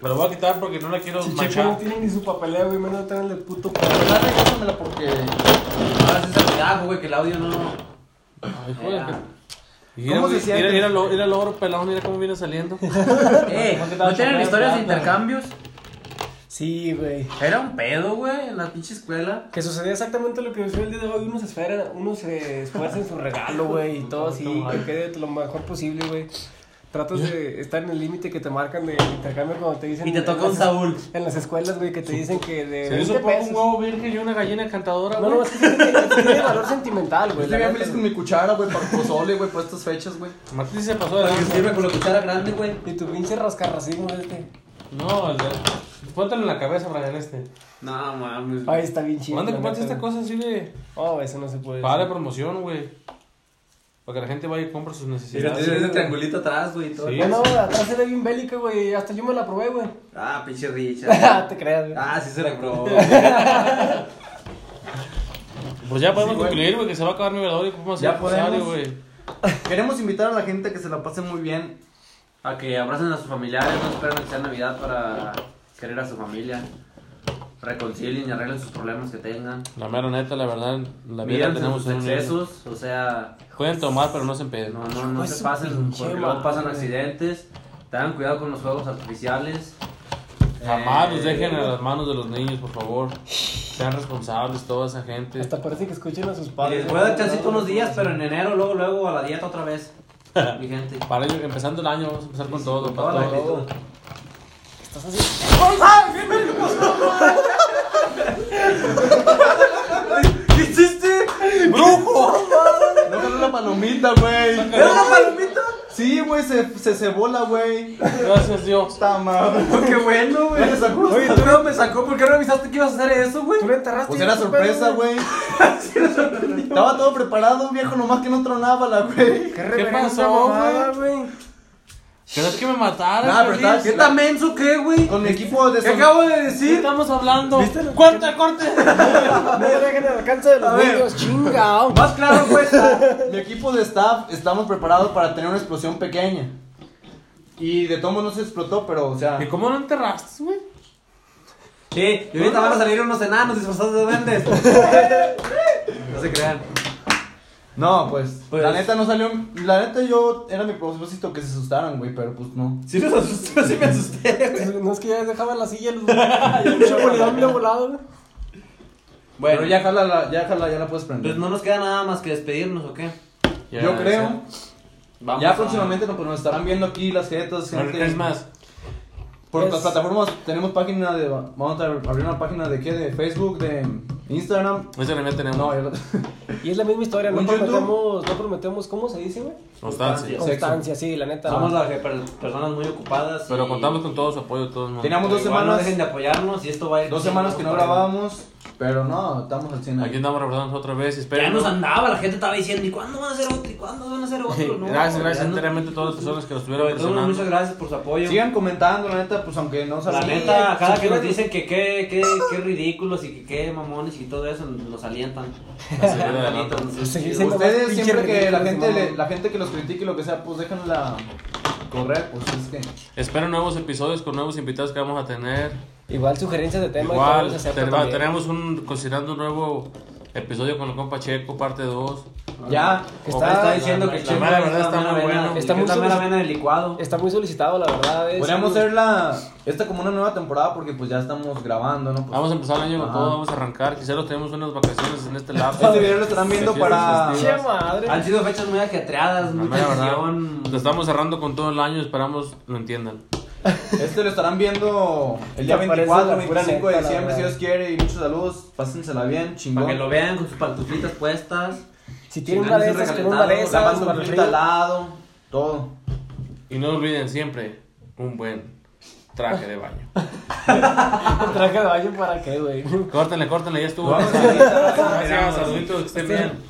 Me lo voy a quitar porque no la quiero Si Checo no manchar. tiene ni su papeleo, güey, menos traen el puto. Ah, regálamela porque. Ahora sí se cuidado, güey, que el audio no. Ay, joder. Era. Mira, ¿Cómo güey, se siente? mira, mira, lo- mira el oro pelado, mira cómo viene saliendo. Eh, te ¿no vas a tienen comer historias de plátano? intercambios? Sí, güey. Era un pedo, güey, en la pinche escuela. Que sucedía exactamente lo que sucedió el día de hoy. Uno se esfera, uno se esfuerza en su regalo, güey, y todo así, que quede lo mejor posible, güey. Tratas de estar en el límite que te marcan de intercambio cuando te dicen. Y te toca en un las- Saúl. En las escuelas, güey, que te dicen que de. Se le hizo 20 por un pesos. huevo virgen y una gallina cantadora, No, güey. no, es que tiene, es que tiene valor sentimental, Yo güey. estoy la bien neta, feliz con mi cuchara, güey, para el pozole, güey, para estas fechas, güey. Martín se pasó de Para que lanza. sirve con la cuchara grande, güey. güey. Y tu pinche rascarracismo este. No, el de... Póntelo en la cabeza, Brian, este. No mames. Ay, está bien chido. ¿Dónde la compraste neta. pues, esta cosa así de...? Oh, eso no se puede. Para decir. promoción, güey. Para que la gente vaya y compre sus Mira, necesidades. tiene ese triangulito atrás, güey, y todo. pues, Sí. Bueno, atrás era bien bélica, güey. Hasta yo me la probé, güey. Ah, pinche Richard. te creas, güey. ah, sí se la probó. Pues ya podemos Sí, güey. concluir, güey, que se va a acabar mi velador y podemos Ya hacer un rosario, podemos. güey. Queremos invitar a la gente a que se la pase muy bien. A que abracen a sus familiares, no esperen a que sea Navidad para querer a su familia. Reconcilien y arreglen sus problemas que tengan. La mera neta, la verdad, la vida la Miren tenemos sus en un nivel. excesos, o sea, Pueden tomar, pero no se empeden. no, no, no Pues se su pasen, pinche porque luego madre. pasan accidentes. Tengan cuidado con los juegos artificiales. Jamás Eh, los dejen a las manos de los niños, por favor. Sean responsables, toda esa gente. Hasta parece que escuchan a sus Y padres. les voy a dar güey. chancito unos días, pero en enero, luego, luego a la dieta otra vez. Mi gente. Para ello, empezando el año, vamos a empezar con todo, Toda la para todo. actitud. Estás así. ¿Qué hiciste? ¡Brujo! No ganó la palomita, güey. ¿Era una palomita? Sí, güey, se, se cebó la güey. Gracias, Dios. Está mal. Qué bueno, güey. Oye, tú no me sacó. ¿Por qué no avisaste que ibas a hacer eso, güey? Tú le enterraste. Pues era ese sorpresa, pedo, güey. Estaba todo preparado, viejo, nomás que no tronaba la güey. ¿Qué, pasó, pasó, güey? ¿Crees que me mataran? Ah, Nah, pero feliz? estaba- ¿Qué tan menso qué, güey? Con mi equipo de ¿Qué son- acabo de ¿Qué decir? estamos hablando? ¿Viste lo que- ¡Corte, corte! No me dejen al alcance de A los ver. niños, chingao. Más claro, pues. Mi equipo de staff estamos preparados para tener una explosión pequeña. Y de tomo no se explotó, pero, o sea. ¿Y cómo no enterraste, güey? Sí, y ahorita van a salir unos enanos disfrazados de duendes. No se crean. No, pues, Pues- La neta no salió. La neta yo era mi propósito que se asustaran, güey, pero pues no. Sí, los asusté, sí me asusté. No es que ya dejaban la silla los güeyes. Chocolate volado, güey. Bueno, ya jala, la- ya jala, ya la puedes prender. Pues no nos queda nada más que despedirnos, ¿o qué? yo creo. ya a- próximamente nos, nos estarán viendo aquí las jetas, gente. Es más, Por Es- las plataformas tenemos página de. Vamos a abrir una página de qué? De Facebook, de Instagram. ese también tenemos. No, ya lo- Y es la misma historia, no Un YouTube. prometemos, no prometemos, ¿cómo se dice, güey? Constancia. Constancia, sí, la neta. Somos no. las que per- personas muy ocupadas. Pero y- contamos con todo su apoyo de todo el mundo. Teníamos dos Igual No semanas. dejen de apoyarnos y esto va a ir. Dos semanas que no grabábamos. Pero no, estamos al 100 Aquí andamos reportándonos otra vez. Ya Esperen. nos andaba, la gente estaba diciendo, ¿y cuándo van a hacer otro? ¿Y cuándo van a hacer otro? No, gracias, gracias ya no- enteramente a todas las personas que nos estuvieron Sobre todo, muchas presionando. gracias por su apoyo. Sigan comentando, la neta, pues aunque no la salga. neta, sí, cada que nos sí. dicen que qué, qué, qué ridículos y que qué mamones y todo eso, nos alientan. Nos seguir adelante. alientan, nos- Pues Sí, nos- sí, nos- Ustedes Nomás siempre pinche que la ridículos, gente, le- mamá. la gente que los critique lo que sea, pues déjenla correr, pues es que. Esperen nuevos episodios con nuevos invitados que vamos a tener. Igual sugerencias de tema. y todo Igual, se acepta te- también. tenemos un, considerando un nuevo episodio con el compa Checo, parte 2. Ya. Que Está, está está, diciendo la- que la Checo mera es verdad la está mera muy vena, bueno. Está que muy es la mera solu- vena del licuado. está muy solicitado, la verdad. es- Podríamos hacer la, esta como una nueva temporada porque pues ya estamos grabando, ¿no? Pues, Vamos a empezar el año con Ajá. todo, vamos a arrancar. Quizá nos tenemos unas vacaciones en este lapso. Este video lo estarán viendo Vacaciones para- Che festivas. madre. Han sido fechas muy ajetreadas, La mucha mera verdad, acción. lo estamos cerrando con todo el año, esperamos lo entiendan. Este lo estarán viendo el día Ah. Ya parece 24, la pura 25 de neta, la diciembre, si verdad. Dios quiere. Y muchos saludos, pásensela bien, chingón. Para que lo vean con sus pantuflitas puestas. Si tienen Si una no, de no se esas, con recalentado, una de La esas. banda para frita al arriba. lado, todo. Y no olviden siempre un buen traje de baño. Un traje de baño para qué, güey. Córtenle, córtenle, ya estuvo. Vamos a- Gracias, saluditos, que estén bien.